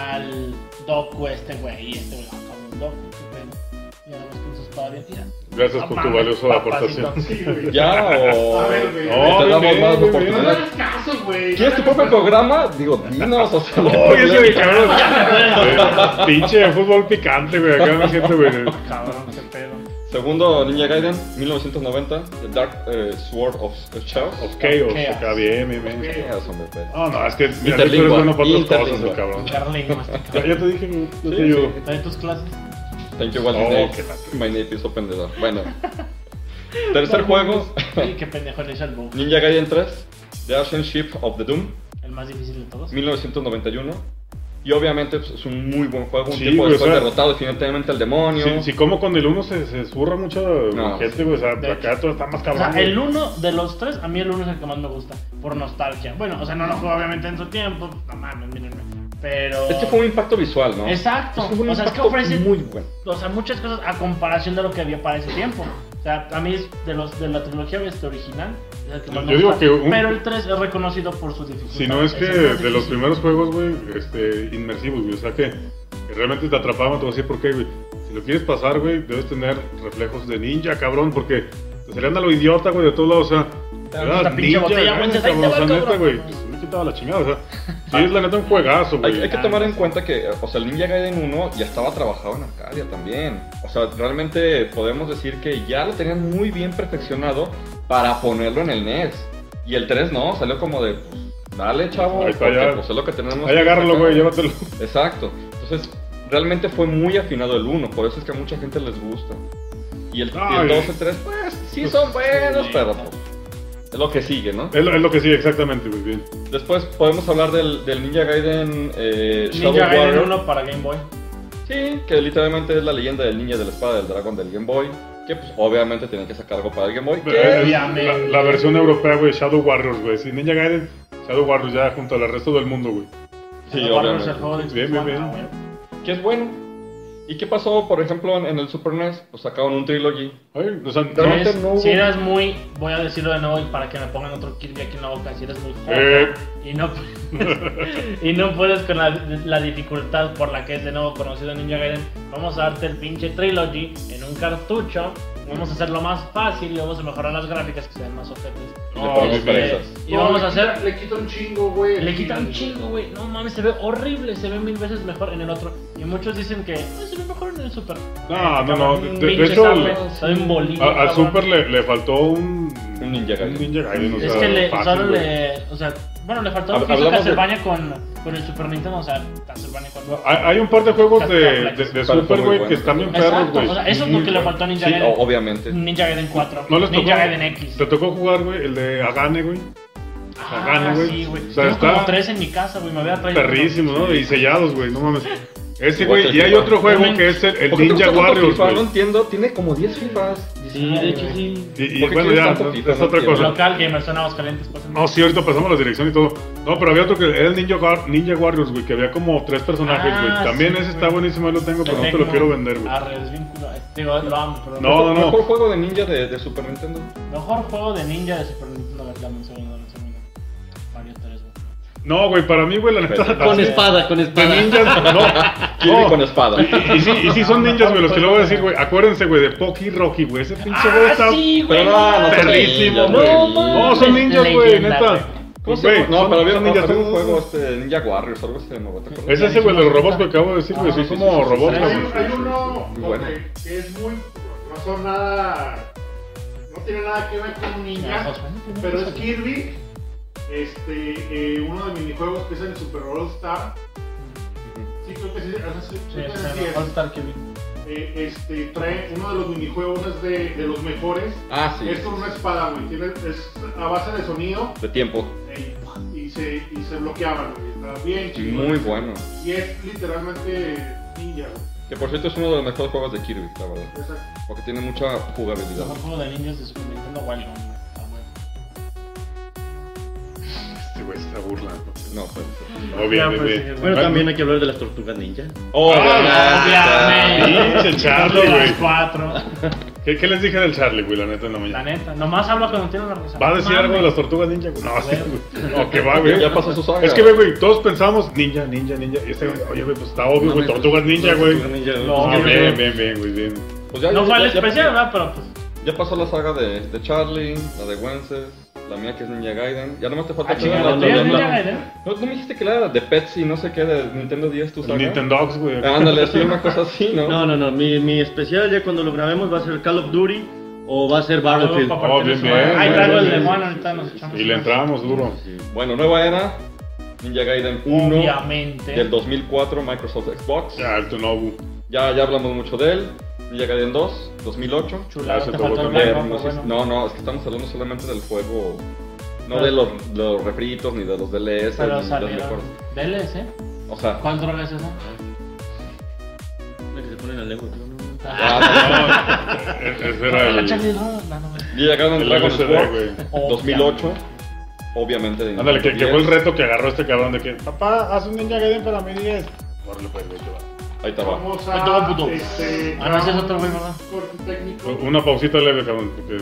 al Doku este güey. Y este güey, ah, cabrón, Doku, qué pedo. Ya nada más con sus todavía tira. Gracias por tu valiosa aportación. <laughs> Sí, güey. ¿Ya o <laughs> A ver, güey. o te No, bien, damos más bien, No le oportunidades? hagas caso, güey. ¿Quieres tu propio programa? Digo, dinos, o sea... Oye, ese güey, cabrón. <laughs> Eh, Pinche fútbol picante, güey. Acá me siento, güey. Cabrón, qué pedo. Segundo, Ninja Gaiden, 1990, The Dark eh, Sword of Chaos. Of chaos. Chaos. Acá bien, bien, bien. Chaos, hombre, pues. Ah. No, no, es que mira, tú eres Interlingua, bueno para otras cosas, interlingua. el cabrón. Carling, masticado. Ya, ya te dije, güey, yo Sí, te ayudo. sí. ¿También tus clases? Thank you, Walt Oh, Disney. qué lástima. My name is Open the Door. <laughs> Bueno. Tercer juego, <laughs> Sí, qué pendejo le echa el boom. Ninja Gaiden 3, The Ancient Ship of the Doom, El más difícil de todos. 1991. Y obviamente pues, es un muy buen juego, un Sí, tiempo güey, o después sea, derrotado definitivamente al demonio. Si, si como con el uno se, se zurra mucha No. gente, güey. O sea, De acá todo está más O cabrón. sea, el güey. 1 de los tres, a mí el 1 es el que más me gusta, por nostalgia. Bueno, o sea, no lo juego obviamente en su tiempo, no mames, mírenme. Pero. Este fue un impacto visual, ¿no? Exacto. Este fue un o sea, es que impacto ofrece. muy bueno. O sea, muchas cosas a comparación de lo que había para ese tiempo. O sea, a mí es de, los, de la trilogía este, original. es el que más Yo me digo gusta, que un- Pero el 3 es reconocido por su dificultad. Si no es el que más de difícil. los primeros juegos, güey, este, inmersivos, güey, o sea que, que realmente te atrapaban, te voy a decir por qué, güey. Si lo quieres pasar, güey, debes tener reflejos de ninja, cabrón, porque te salían a lo idiota, güey, de todos lados, o sea. Te era dan esta pinche ninja, botella, güey, güey, dices, "Ahí te cabrón, va el o sea, neta, cabrón". güey, pues, me quitaba la chingada, o sea. <laughs> Sí, es la neta un juegazo, Hay, güey. hay que tomar en cuenta que, eh, o sea, el Ninja Gaiden 1 ya estaba trabajado en Arcadia también. O sea, realmente podemos decir que ya lo tenían muy bien perfeccionado para ponerlo en el NES. Y el 3 no, salió como de, pues, dale, chavo, Ahí está, porque, ya. pues, es lo que tenemos. Ahí agárralo, güey, llévate. llévatelo. Exacto. Entonces, realmente fue muy afinado el 1, por eso es que a mucha gente les gusta. Y el, y Ay. el 2 y el 3, pues, sí son buenos, sí, pero ¿no? pues, es lo que sigue, ¿no? Es lo, es lo que sí, exactamente, muy bien. Después podemos hablar del, del Ninja Gaiden eh, Shadow Ninja Gaiden Warrior. 1 para Game Boy. Sí, que literalmente es la leyenda del ninja de la espada del dragón del Game Boy. Que pues obviamente tienen que sacar algo para el Game Boy. que- Eh, es Obviamente. La, la versión europea, güey, Shadow Warriors, güey. Sí, Ninja Gaiden, Shadow Warriors ya junto al resto del mundo, güey. Sí, Shadow Warriors, obviamente. el juego de Bien, bien, Xbox One, bien. ah, güey. Que es bueno. ¿Y qué pasó, por ejemplo, en, en el Super NES? Pues sacaron un trilogy. Ay, o sea, no- Realmente Entonces, no hubo- si eras muy, voy a decirlo de nuevo y para que me pongan otro Kirby aquí en la boca, si eres muy joven Eh, y no <laughs> puedes, y no puedes con la, la dificultad por la que es de nuevo conocido Ninja Gaiden, vamos a darte el pinche trilogy en un cartucho, vamos a hacerlo más fácil y vamos a mejorar las gráficas que sean más ojetes. Y No, le ponemos sí. presas. Y vamos a hacer Le quita un chingo, güey. le quita un chingo, güey. No mames, se ve horrible. Se ve mil veces mejor en el otro. Y muchos dicen que "Ah, se ve mejor en el Super. No, Ah, no, no, de- de- de Pinche hecho, sable, el- sabe un bolillo, A- al cabrón. Super le, le faltó un. Un Ninja Gaiden. un Ninja Gaiden, o Es sea, que le, fácil, solo güey. le. O sea, bueno, le faltó lo que Hab- hizo hablamos de- Castlevania con, con el Super Nintendo. O sea, Castlevania con. Hay, hay un par de juegos de, de, de Pero fue Super, muy güey, bueno. que están bien perros, Exacto. güey. O sea, eso es Muy lo que le bueno. faltó a Ninja Sí, o- Gaiden. obviamente. Ninja Gaiden 4. No les tocó. Ninja Gaiden X. Te tocó jugar, güey, el de Agane, güey. Ah, Agane, güey. sí, güey. O sea, Tengo como está- tres en mi casa, güey. Me había traído. Perrísimo, ¿no? Y sellados, güey, no mames. Ese, güey, Guacha, y hay FIFA. otro juego También- que es el, el ¿Por qué te Ninja gusta tanto Warriors, FIFA? No güey. entiendo, tiene como 10 FIFAs. Sí, de hecho sí. Y, y ¿Por qué bueno, quieres ya, tanto es, FIFA? es No otra entiendo. cosa. Local Gamer, son aguas calientes. pásenme. No, sí, ahorita pasamos la dirección y todo. No, pero había otro que era el Ninja, War- Ninja Warriors, güey, que había como tres personajes, Ah, güey. También sí, ese güey. está buenísimo, ahí lo tengo, pero no te lo Tecmo. quiero vender, güey. Arre, desvínculo. Eh, Digo, lo amo, pero No, no, no. Mejor juego de ninja de, de Super Nintendo. Mejor juego de ninja de Super Nintendo. A ver, dame un segundo, dame un segundo. Mario 3, güey. No, güey, para mí, güey, la neta. Pero- Con así- espada, con De espada. ninjas, Kirby no. con no. <laughs> espada. Y, y sí, y sí son ninjas, güey, los que lo voy a decir, güey. Acuérdense, güey, de Poki Rocky, güey. Ese Ah, pinche güey está. Pero no, no son perrísimo, ninjas, güey. güey. No, son ninjas, güey, Leyenda, neta. ¿Cómo se llama? Güey, No, son- pero había, son no, ninjas. había un juego este, Ninja Warriors, algo así, ¿no? ¿Te acuerdas? Es ese, güey, de los robots que acabo de decir, güey. Son Ah, sí, sí, como sí, sí, robots, sí, Hay, güey. un- hay uno Muy bueno. donde que es muy. No son nada. No tiene nada que ver con un ninja. Pero es Kirby. Este. eh, uno de minijuegos que es el Super All Star. Sí, creo que sí. ah, sí, Sí, sí, es sí el es. All Star Kirby. Eh, este, trae uno de los minijuegos es de, de los mejores. Ah, sí. Es con una espada, güey. Tiene- es a base de sonido De tiempo. eh, y, se, y se bloqueaban, güey. Está bien chingón. Muy bueno. Y es literalmente ninja, güey. Que por cierto es uno de los mejores juegos de Kirby, la verdad. Exacto. Porque tiene mucha jugabilidad. Mejor juego de ninjas de Super Nintendo Wild Gun, güey. Ah, güey. Este güey se está burlando. No, pues. No, pues, bien, bien, bien. Bueno, también hay que hablar de las tortugas ninja. Oh, Obviamente. Pinche Charlie, Las güey. cuatro. ¿Qué, qué les dije del Charlie, güey, la neta, en la La mañana? neta. Nomás habla cuando tiene una risa. ¿Va a decir Mames. algo de las tortugas ninja, güey? No, sí, güey. No, que va, güey. Ya pasó su saga. Es que, güey, güey, todos pensamos ninja, ninja, ninja. Y este, güey, oye, güey, pues está obvio, güey, tortugas ninja, güey. Tortugas ninja, güey. No, Ah, güey. bien, bien, bien, güey, bien. Pues ya, No ya- fue el ya- ya- especial, ¿verdad? Pero pues. Ya pasó la saga de, de Charlie, la de Wences, la mía que es Ninja Gaiden. Ya nomás te falta Ah, chinga, la- la la- tuya la- es Ninja la- Gaiden. ¿No, no me dijiste que la era de Pepsi, no sé qué, de Nintendo 10, tu saga? Nintendox, güey. ¿Pues Ah, Ándale, sí, una cosa así, ¿no? No, no, no. Mi, mi especial ya cuando lo grabemos va a ser Call of Duty o va a ser Ah, Battlefield. Luego, para Oh, bien, partirnos, bien, Ahí bien, traigo bien, el de bien. Juan, ahorita nos echamos. Y le unas. entramos duro. Bueno, nueva era, Ninja Gaiden 1, Obviamente. del 2004, Microsoft Xbox. Ya, el Tonobu. Ya, ya hablamos mucho de él. Ninja Gaiden 2, 2008. Chulada, Hace te todo faltó el también, blanco, Hermosísimo. pero bueno. No, no, es que estamos hablando solamente del juego. No Pero- de los, los refritos, ni de los DLS, Pero ni de los salieron. mejores. DLC. O sea, ¿Cuál droga es esa? Una que se pone en la lengua, tío, no, no. ya, e-, Ese era La el. Ah, Charlie Rose, no, no, no. Ninja Gaiden El Dragon LCD, Sport, güey. 2008. Obviamente. de Ándale, que, que 10. fue el reto que agarró este cabrón de que, papá, haz un Ninja Gaiden para mi 10. Órale, pues, güey, te va. Ahí está, va. Vamos Ahí te va, a. puto. Este, Ah, no, ese es a otro güey, un ¿verdad? corte técnico. Una pausita leve, cabrón, porque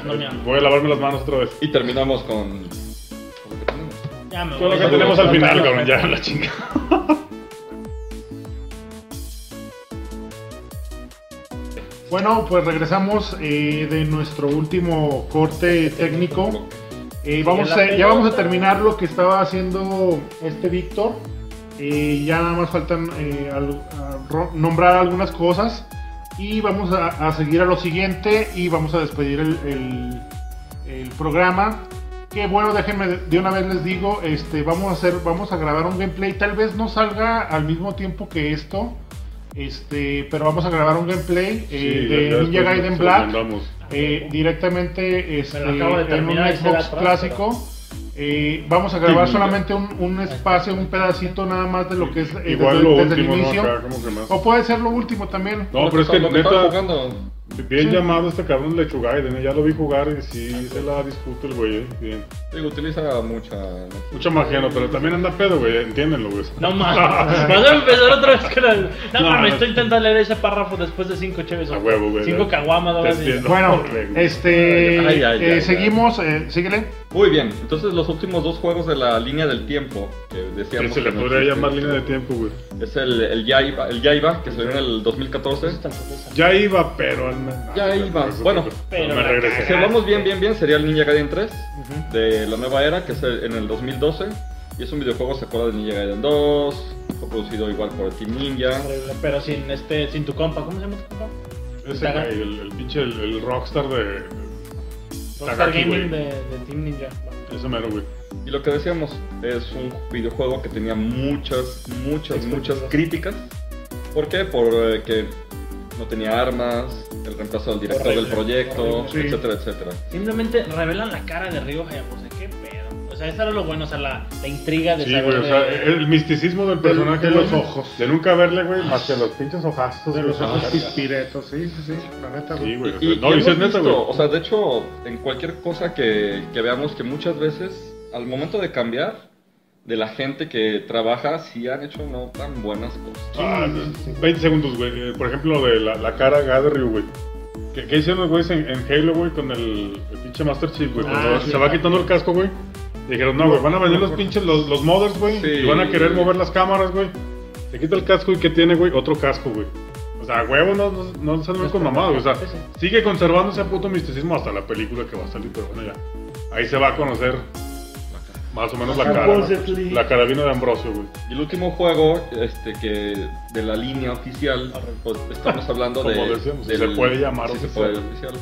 Ando miando. voy a lavarme las manos otra vez. Y terminamos con. con lo que tenemos. Ya me Todo lo voy. que tenemos al final, cabrón, ya, la chinga. Bueno, pues regresamos eh, de nuestro último corte técnico. Eh, vamos a- ya vamos a terminar lo que estaba haciendo este Víctor. Eh, ya nada más faltan eh, al- a ro- nombrar algunas cosas. Y vamos a, a seguir a lo siguiente y vamos a despedir el, el- el programa. Que bueno, déjenme de- de una vez les digo, este, vamos a hacer, vamos a grabar un gameplay. Tal vez no salga al mismo tiempo que esto. Este, pero vamos a grabar un gameplay eh, Sí, ya de después Ninja Gaiden se lo Black. mandamos. Eh, directamente este, lo acabo de en un terminar y se da Xbox atrás, clásico. Eh, vamos a grabar Sí, solamente un, un espacio, un pedacito nada más de lo que es eh, Igual desde, lo desde último, el ¿no? inicio. Oh, Acá, como que más. O puede ser lo último también. No, Lo pero es que está- lo estaba neta, jugando. bien Sí. llamado este cabrón Lechugaiden, ¿eh? ya lo vi jugar y sí se la disputa el güey, ¿eh? bien. Digo, utiliza mucha. Mucho majeno, pero también anda pedo, güey, entiéndenlo, güey. No <laughs> mames. Vas a empezar otra vez con el. No, No, mames, no. estoy intentando leer ese párrafo después de cinco chéves. A huevo, güey. Cinco caguamas, Te ahora sí. entiendo. Bueno, Correcto. este Ay, ay, eh, ay, seguimos, eh, síguele. Muy bien, entonces los últimos dos juegos de la línea del tiempo que Que decíamos. se le que no podría existe. llamar línea de tiempo, güey. Es el, el, Yaiba, el Yaiba, que salió en el Pues 2014. Ya iba, pero al menos. Ya iba. Bueno, pero me la Si regresé. hablamos bien, bien, bien, sería el Ninja Gaiden 3 de la nueva era, que es el- en el 2012. Y es un videojuego secuela de Ninja Gaiden 2. Fue producido igual por el Team Ninja. Pero sin este, sin tu compa, ¿cómo se llama tu compa? Ese güey, el, el pinche, el, el rockstar de. Rockstar Tagaki, Gaming de, güey. de Team Ninja. Ese mero, güey. Y lo que decíamos, es un videojuego que tenía muchas, muchas, muchas críticas. ¿Por qué? Porque no tenía armas, el reemplazo del director Horrible, del proyecto, horrible, sí. etcétera, etcétera. Simplemente revelan la cara de Ryo Hayabusa, qué pedo. O sea, eso era lo bueno, o sea, la, la intriga de Sí, saber güey, o de- sea, el misticismo del personaje. de los güey, ojos. De nunca verle, güey, más que los pinches ojazos. De los ojos Ah, pispiretos, sí, sí, sí, la neta, güey. Sí, güey. o sea, Y, y no, y hemos si es neta, visto, güey. O sea, de hecho, en cualquier cosa que, que veamos que muchas veces, al momento de cambiar, de la gente que trabaja, sí han hecho no tan buenas cosas. Ah, 20 segundos, güey. Eh, Por ejemplo, de la, la cara Gatheryu, güey. ¿Qué, qué hicieron los güeyes en, en Halo, güey, con el, el pinche Master Chief, güey? Ah, Cuando sí. se va quitando el casco, güey. Dijeron, no, güey, van a venir los pinches, los, los modders, güey. Sí. Y van a querer mover las cámaras, güey. Se quita el casco y ¿qué tiene, güey? Otro casco, güey. O sea, huevo, no, no, no se andan con mamadas, güey. O sea, Sí, sí. sigue conservando ese puto misticismo hasta la película que va a salir, pero bueno, ya. Ahí se va a conocer más o menos la cara. Pues, eh, Supposedly. La carabina de Ambrosio, güey. Y el último juego este, que de la línea oficial, pues, <laughs> estamos hablando de. Como decíamos, se puede llamar sí, se oficial. puede oficial.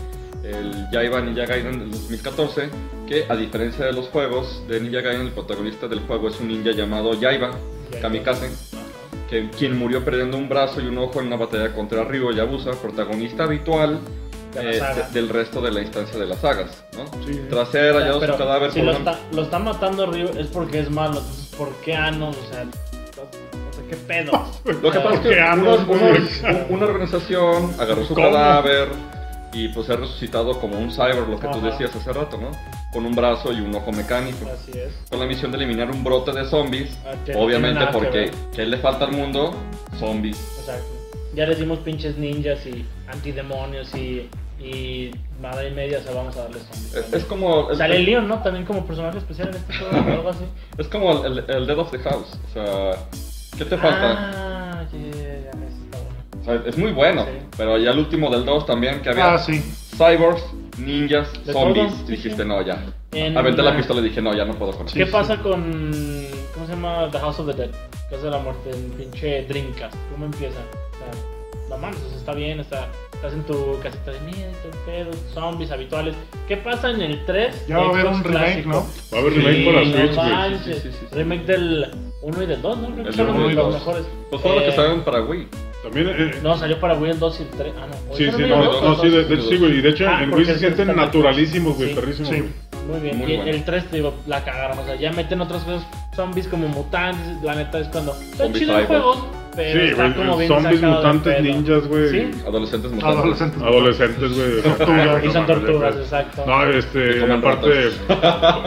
El Yaiba Ninja Gaiden del 2014, que a diferencia de los juegos de Ninja Gaiden, el protagonista del juego es un ninja llamado Yaiba, Yaiba. Kamikaze. que- quien murió perdiendo un brazo y un ojo en una batalla contra Ryo Yabusa, protagonista habitual De la eh, saga. de- del resto de la instancia de las sagas. ¿no? Sí. Tras ser O sea, hallado pero su cadáver si por lo, una- está, lo está matando Ryo es porque es malo, entonces ¿por qué Anos? O sea, o sea, qué pedo. Lo Ah, que pasa es que Porque una, ambos, una- güey. un- una organización agarró su ¿Cómo? cadáver y pues ha resucitado como un cyber, lo que tú Ajá. decías hace rato, ¿no? Con un brazo y un ojo mecánico. Así es. Con la misión de eliminar un brote de zombies, Ah, que no tiene obviamente nada que porque ver. ¿qué le falta al mundo? Zombies. Exacto. Ya les dimos pinches ninjas y antidemonios y, y madre y media, o sea, vamos a darles zombies. Es, es como... es- Sale Leon, ¿no? También como personaje especial en este <laughs> juego o algo así. Es como el, el, el Dead of the House. O sea, ¿qué te falta? Ah, ya, ya, ya, ya, eso está bueno. O sea, es muy bueno. Sí. Pero ya el último del 2 también, que había Ah, sí. cyborgs, ninjas, De zombies. todo, Y dijiste, sí. no, ya. En Aventé la una- pistola y dije, no, ya no puedo con esto. ¿Qué Sí, pasa con. ¿Cómo se llama? The House of the Dead. Casa de la Muerte, el pinche Dreamcast. ¿Cómo empieza? O sea, la mames, o sea, está bien, está, estás en tu casita de miedo, pedo, zombies habituales. ¿Qué pasa en el 3? Ya va a haber Xbox un remake, clásico? ¿no? Va a haber Sí, remake para Switch, No güey. manches, Sí, sí, sí, sí, sí. Remake del 1 y del 2, ¿no? Creo que El son uno los, y los dos. mejores. Pues todo lo Eh, que salieron para Wii. También. eh, No, salió para Wii el 2 y el 3. Ah, no. sí, ¿Fue sí, el no, Wii el dos o no, el sí, dos? de, de hecho sí, güey. Y de hecho, Ah, en Wii porque se es sienten está- naturalísimos, güey, Sí, perrísimos, sí. güey. Muy bien, Muy y bueno. el 3 te digo, la cagaron, o sea, ya meten otras cosas, zombies como mutantes, la neta es cuando son Zombies chidos los cyborg. juegos, pero Sí, están güey, como bien zombies, sacados de mutantes, pedo. ninjas, güey. Sí, Adolescentes mutantes. Adolescentes. Adolescentes, güey. Tortugas. y No son mames, tortugas, güey. exacto. No, Y este, comen aparte,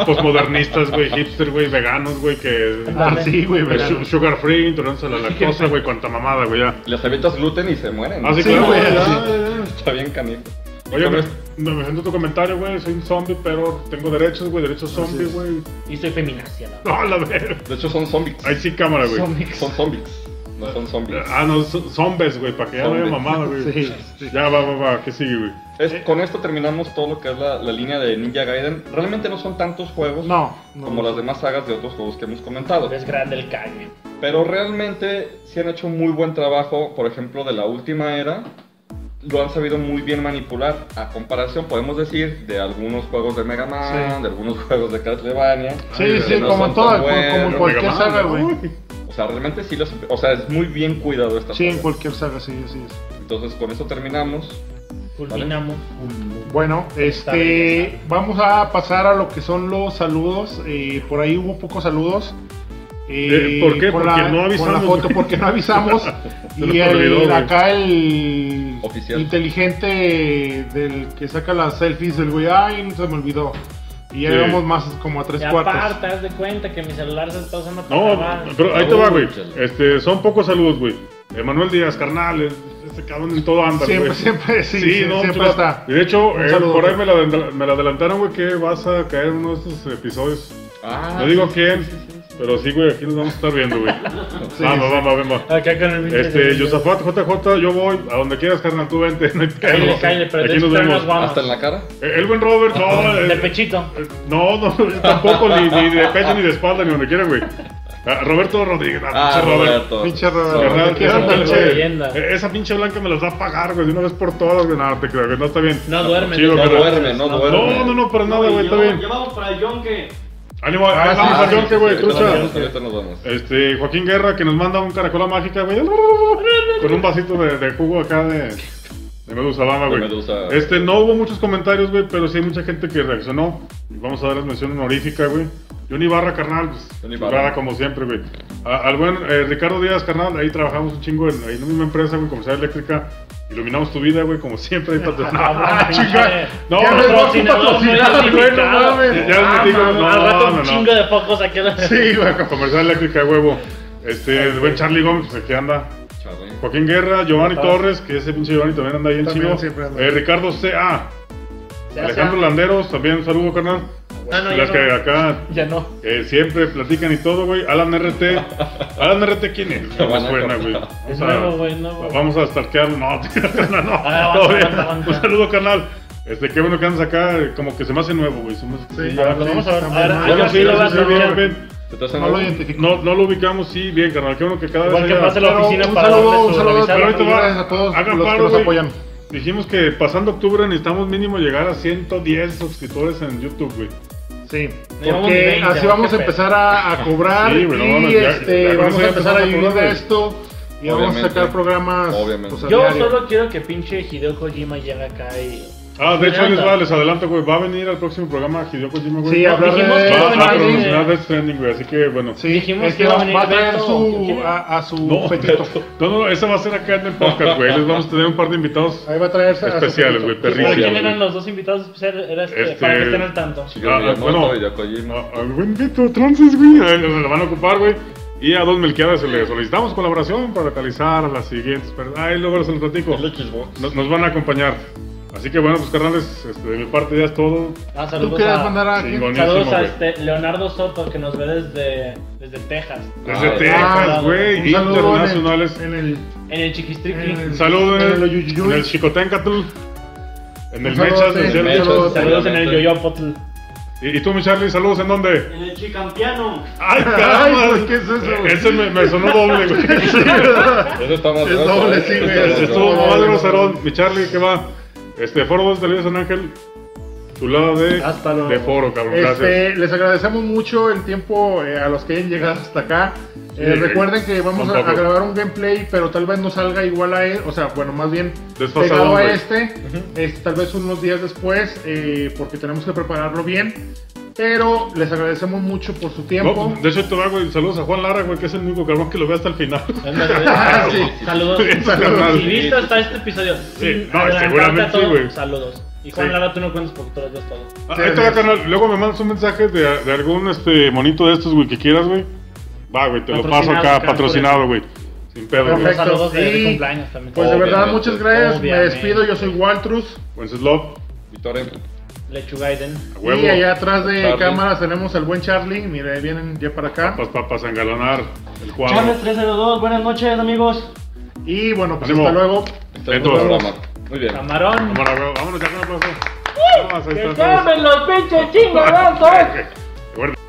posmodernistas, güey, hipster, güey, veganos, güey, que. Ah, sí, güey, Güey, ¿verdad? su- Sugar free, intolerancia a la lactosa, güey, cuanta mamada, güey, ya. Les avientas gluten y se mueren. Ah, sí, Sí, claro, güey, güey. ya, sí. ya, ya. Está bien canijo. Oye, me, Comes- me me siento tu comentario, güey. Soy un zombie, pero tengo derechos, güey. Derechos zombie, es. güey. Y soy feminacia, la No, la verga. De hecho, son zombies. Ahí sí, cámara, güey. Zombies. Son zombies. No son zombies. Ah, no, so- zombies, güey, para que ya no haya Zombies. mamada, güey. <laughs> Sí, sí. Ya, va, va, va, que sigue, güey. Es- con esto terminamos todo lo que es la, la línea de Ninja Gaiden. Realmente no son tantos juegos No, no. como las demás sagas de otros juegos que hemos comentado. Es grande el caño. Pero realmente sí han hecho muy buen trabajo, por ejemplo, de la última era. Lo han sabido muy bien manipular. A comparación, podemos decir, de algunos juegos de Mega Man, Sí. de algunos <laughs> juegos de Castlevania. Sí, sí, que no como son todo, tan como buenos. en cualquier Mega Man, saga, ¿no? güey. O sea, realmente sí los... O sea, es muy bien cuidado esta Sí, en saga. cualquier saga, sí, así es. Entonces, con esto terminamos. Culminamos. Bueno, Está bien, este, está vamos a pasar a lo que son los saludos. eh, por ahí hubo pocos saludos. eh, Eh, ¿por qué? con Porque la- no con la avisamos, foto, güey. porque no avisamos. <laughs> Se nos y el- olvidó, güey. acá el Oficial. inteligente del que saca las selfies, el güey, ay, se me olvidó. Y ya Sí. llevamos más como a tres Y cuartos. aparte, haz de cuenta que mi celular se está usando para No, grabar. pero ahí te va, güey. Escúchalo. Este, son pocos saludos, güey. Emanuel Díaz, carnal, es- este cabrón en todo <laughs> anda, Siempre, güey. pues, siempre, sí, sí, siempre chula. está. Y de hecho, Un eh, saludo, por ahí güey. me la, adel- me la adelantaron, güey, que vas a caer en uno de estos episodios. Ah, No digo sí, quién, sí, sí, sí. pero sí, güey, aquí nos vamos a estar viendo, güey. <laughs> Sí, vamos, sí. vamos, vamos. Acá con el pinche Este, celular. Yosafat, JJ, yo voy a donde quieras, carnal, tú vente, no hay pedo. Cállate, cállate, pero Aquí de hecho nos nos vemos. vamos. ah, Hasta en la cara. Eh, El buen Robert, no, Ah, De eh, pechito. eh, no, <laughs> no, tampoco, ni, ni de pecho, ni de espalda, ni donde quiera, güey. Ah, Roberto Rodríguez, Ah, pinche Roberto. Pinche Roberto. Roberto. Carnal, Te quiero, esa pinche pinche- leyenda. eh, Esa pinche blanca me las va a pagar, güey, de una vez por todas, güey. No, te creo, güey, no está bien. No duerme. Chido, No carnal. duerme, no duerme. No, no, no, para nada, güey, Y está yo- bien. Ya vamos para el yonke. Ánimo, ahí vamos sí, al yonke, güey, Ah, Ahorita nos trucha. vemos, ahorita nos vemos. Este, Joaquín Guerra que nos manda un caracola mágica, güey. Con un vasito de, de jugo acá de, de Medusa Bama, De güey. Medusa. Este, no hubo muchos comentarios, güey, pero sí hay mucha gente que reaccionó. Y vamos a darles mención honorífica, güey. Johnny Barra, carnal, pues, Johnny chulada Barra. como siempre, güey. A- Al buen eh, Ricardo Díaz, carnal, ahí trabajamos un chingo en, ahí en la misma empresa, güey, comercial eléctrica. Iluminamos tu vida, güey, como siempre. ahí patrocin- Ah, no, chinga. No, Ya no, me no, patrocinador, tú patrocinas, me güey, no identificado. mames. Ya Ah, les digo, mamá, no, Al rato no, un no. chingo de pocos aquí. a la- Sí, güey, con comercial eléctrica, huevo. Este, el buen Charlie Gómez, pues aquí anda. Charlie. Joaquín Guerra, Giovanni Torres, que ese pinche Giovanni también anda ahí en También chido. siempre anda. Eh, Ricardo C.A. Se hace- Alejandro Landeros, también un saludo, carnal. Ah, no, ya Las no. que acá Ya no. eh, siempre platican y todo, güey. Alan RT. Alan RT, ¿quién es? Te No me van a suena, cortar. güey. Es O sea, nuevo, güey, nuevo. Vamos a startear. No, <laughs> no, no. Ah, todo aguanta, bien. aguanta, aguanta. Un saludo, carnal. Este, qué bueno que andas acá. eh, Como que se me hace nuevo, güey. Se me hace- Sí, Sí, ya ya. Lo vamos a ver. También, Ahora- ¿no? ahora Bueno, Yo sí sí, lo sí, vas a sí, bien, ver. bien. ¿Te estás No lo enojando? identifico. No, no lo ubicamos, sí, bien, carnal. Qué bueno que cada Igual vez. que haya- pasa la Pero oficina un para saludo, darle un su saludo, revisada. Pero ahorita va. Gracias a todos Hagan los que paro, nos güey. apoyan. Dijimos que pasando octubre necesitamos mínimo llegar a 110 suscriptores en YouTube, güey. Sí, Llevamos porque 20, así ¿no? vamos a Qué empezar a, a cobrar Sí, y güey, no mames, ya- este, ya con vamos eso a ya empezar a empezamos a vivir de cobrar, esto y vamos a Obviamente. sacar programas. Obviamente. pues, a Yo diario. solo quiero que pinche Hideo Kojima llegue acá y. Ah, de hecho, ahí les, Adelanta. va, les adelanto, güey. Va a venir al próximo programa Hideo Kojima, güey. Sí, va, hablar dijimos de que iba a va a venir, Mario. promocionar Death Stranding, güey. Así que, bueno. Sí, Dijimos es que que iba a va, venir va a traer Beto. su, a, a su No, <laughs> fetito. no, no, esa va a ser acá en el podcast, güey. Les vamos a tener un par de invitados. Ahí va a traer a su Especiales, fetito. güey, ¿Pero perrísimos, quién güey. eran los dos invitados especiales? Era este, Este- Para que estén al tanto. Shigeru Ah, Miyamoto bueno. Ah, y de Kojima. A- Al buen Vito Trances, güey. a él Se lo van a ocupar, güey. Y a Don Melquiades se le solicitamos colaboración para realizar las siguientes. Pero ahí luego se lo platico. El Xbox. Nos, nos van a acompañar. Así que bueno, pues carnales, este, de mi parte ya es todo. Ah, ¿Tú saludos quieres a, mandar a Chingón. gente? saludos a güey. este Leonardo Soto que nos ve desde, desde Texas. Desde Ah, Ah, Texas, un güey, saludo en el- internacionales. En el, En el Chiquistriqui. en el- en Saludos en el el, Oyuyuyuy. en el Chicotencatl, en el Un saludo, Mechas, sí. en el Un Cielo. saludo. Saludos en el Yoyopotl. ¿Y, y tú, mi Charlie, saludos en <laughs> dónde? En el chicampiano. ¡Ay, Ay, carnal! güey, ¿qué es eso, güey? Ese me, me sonó <laughs> doble, güey. Eso está más Es grueso, doble, ¿eh? sí, Eso güey. está más Estuvo grueso. más groserón. Mi Charlie, ¿qué va? Este, Foro 2 de Liga San Ángel. Chulada de, Hasta luego. de foro, cabrón. Gracias. Este, les agradecemos mucho el tiempo eh, a los que hayan llegado hasta acá. Eh, Sí, recuerden que vamos son a, a pocos. grabar un gameplay, pero tal vez no salga igual a él, o sea, bueno, más bien Desfasado, pegado a güey. este, este, tal vez unos días después, eh, porque tenemos que prepararlo bien. Pero les agradecemos mucho por su tiempo. No, de hecho, te va, güey. Saludos a Juan Lara, güey, que es el único cabrón que lo ve hasta el final. <laughs> Ah, sí. Saludos. Saludos. Si viste hasta este episodio, sin no, adelantarte seguramente a todo, sí, güey. Saludos. Y Juan Sí. Lara, tú no cuentas porque tú lo ves todo. Ah, Ahí te va, carnal. Luego me mandas un mensaje de, de algún este monito de estos, güey, que quieras, güey. Va, güey, te lo paso Patrocinado, acá, carnal, patrocinado, güey. Sin pedo, güey. Perfecto. Saludos de, de Y, cumpleaños también. Pues de verdad, Obviamente, muchas gracias. Me obviamente. despido. Yo soy Waltrus. Wenceslao, Víctor M. Lechugaiden. a huevo. Y allá atrás de Charlie. cámaras tenemos al buen Charlie. Mire, vienen ya para acá. Papas, papas, a engalonar el Charles cuadro. 302, buenas noches, amigos. Y bueno, pues Ánimo. hasta luego. Está en Entonces, tu programa. Muy bien. Camarón. Cámara, güey. Vámonos, ya con un aplauso. Vámonos, ahí ¡Que está, <laughs> comen los pinches chingados! Recuerda-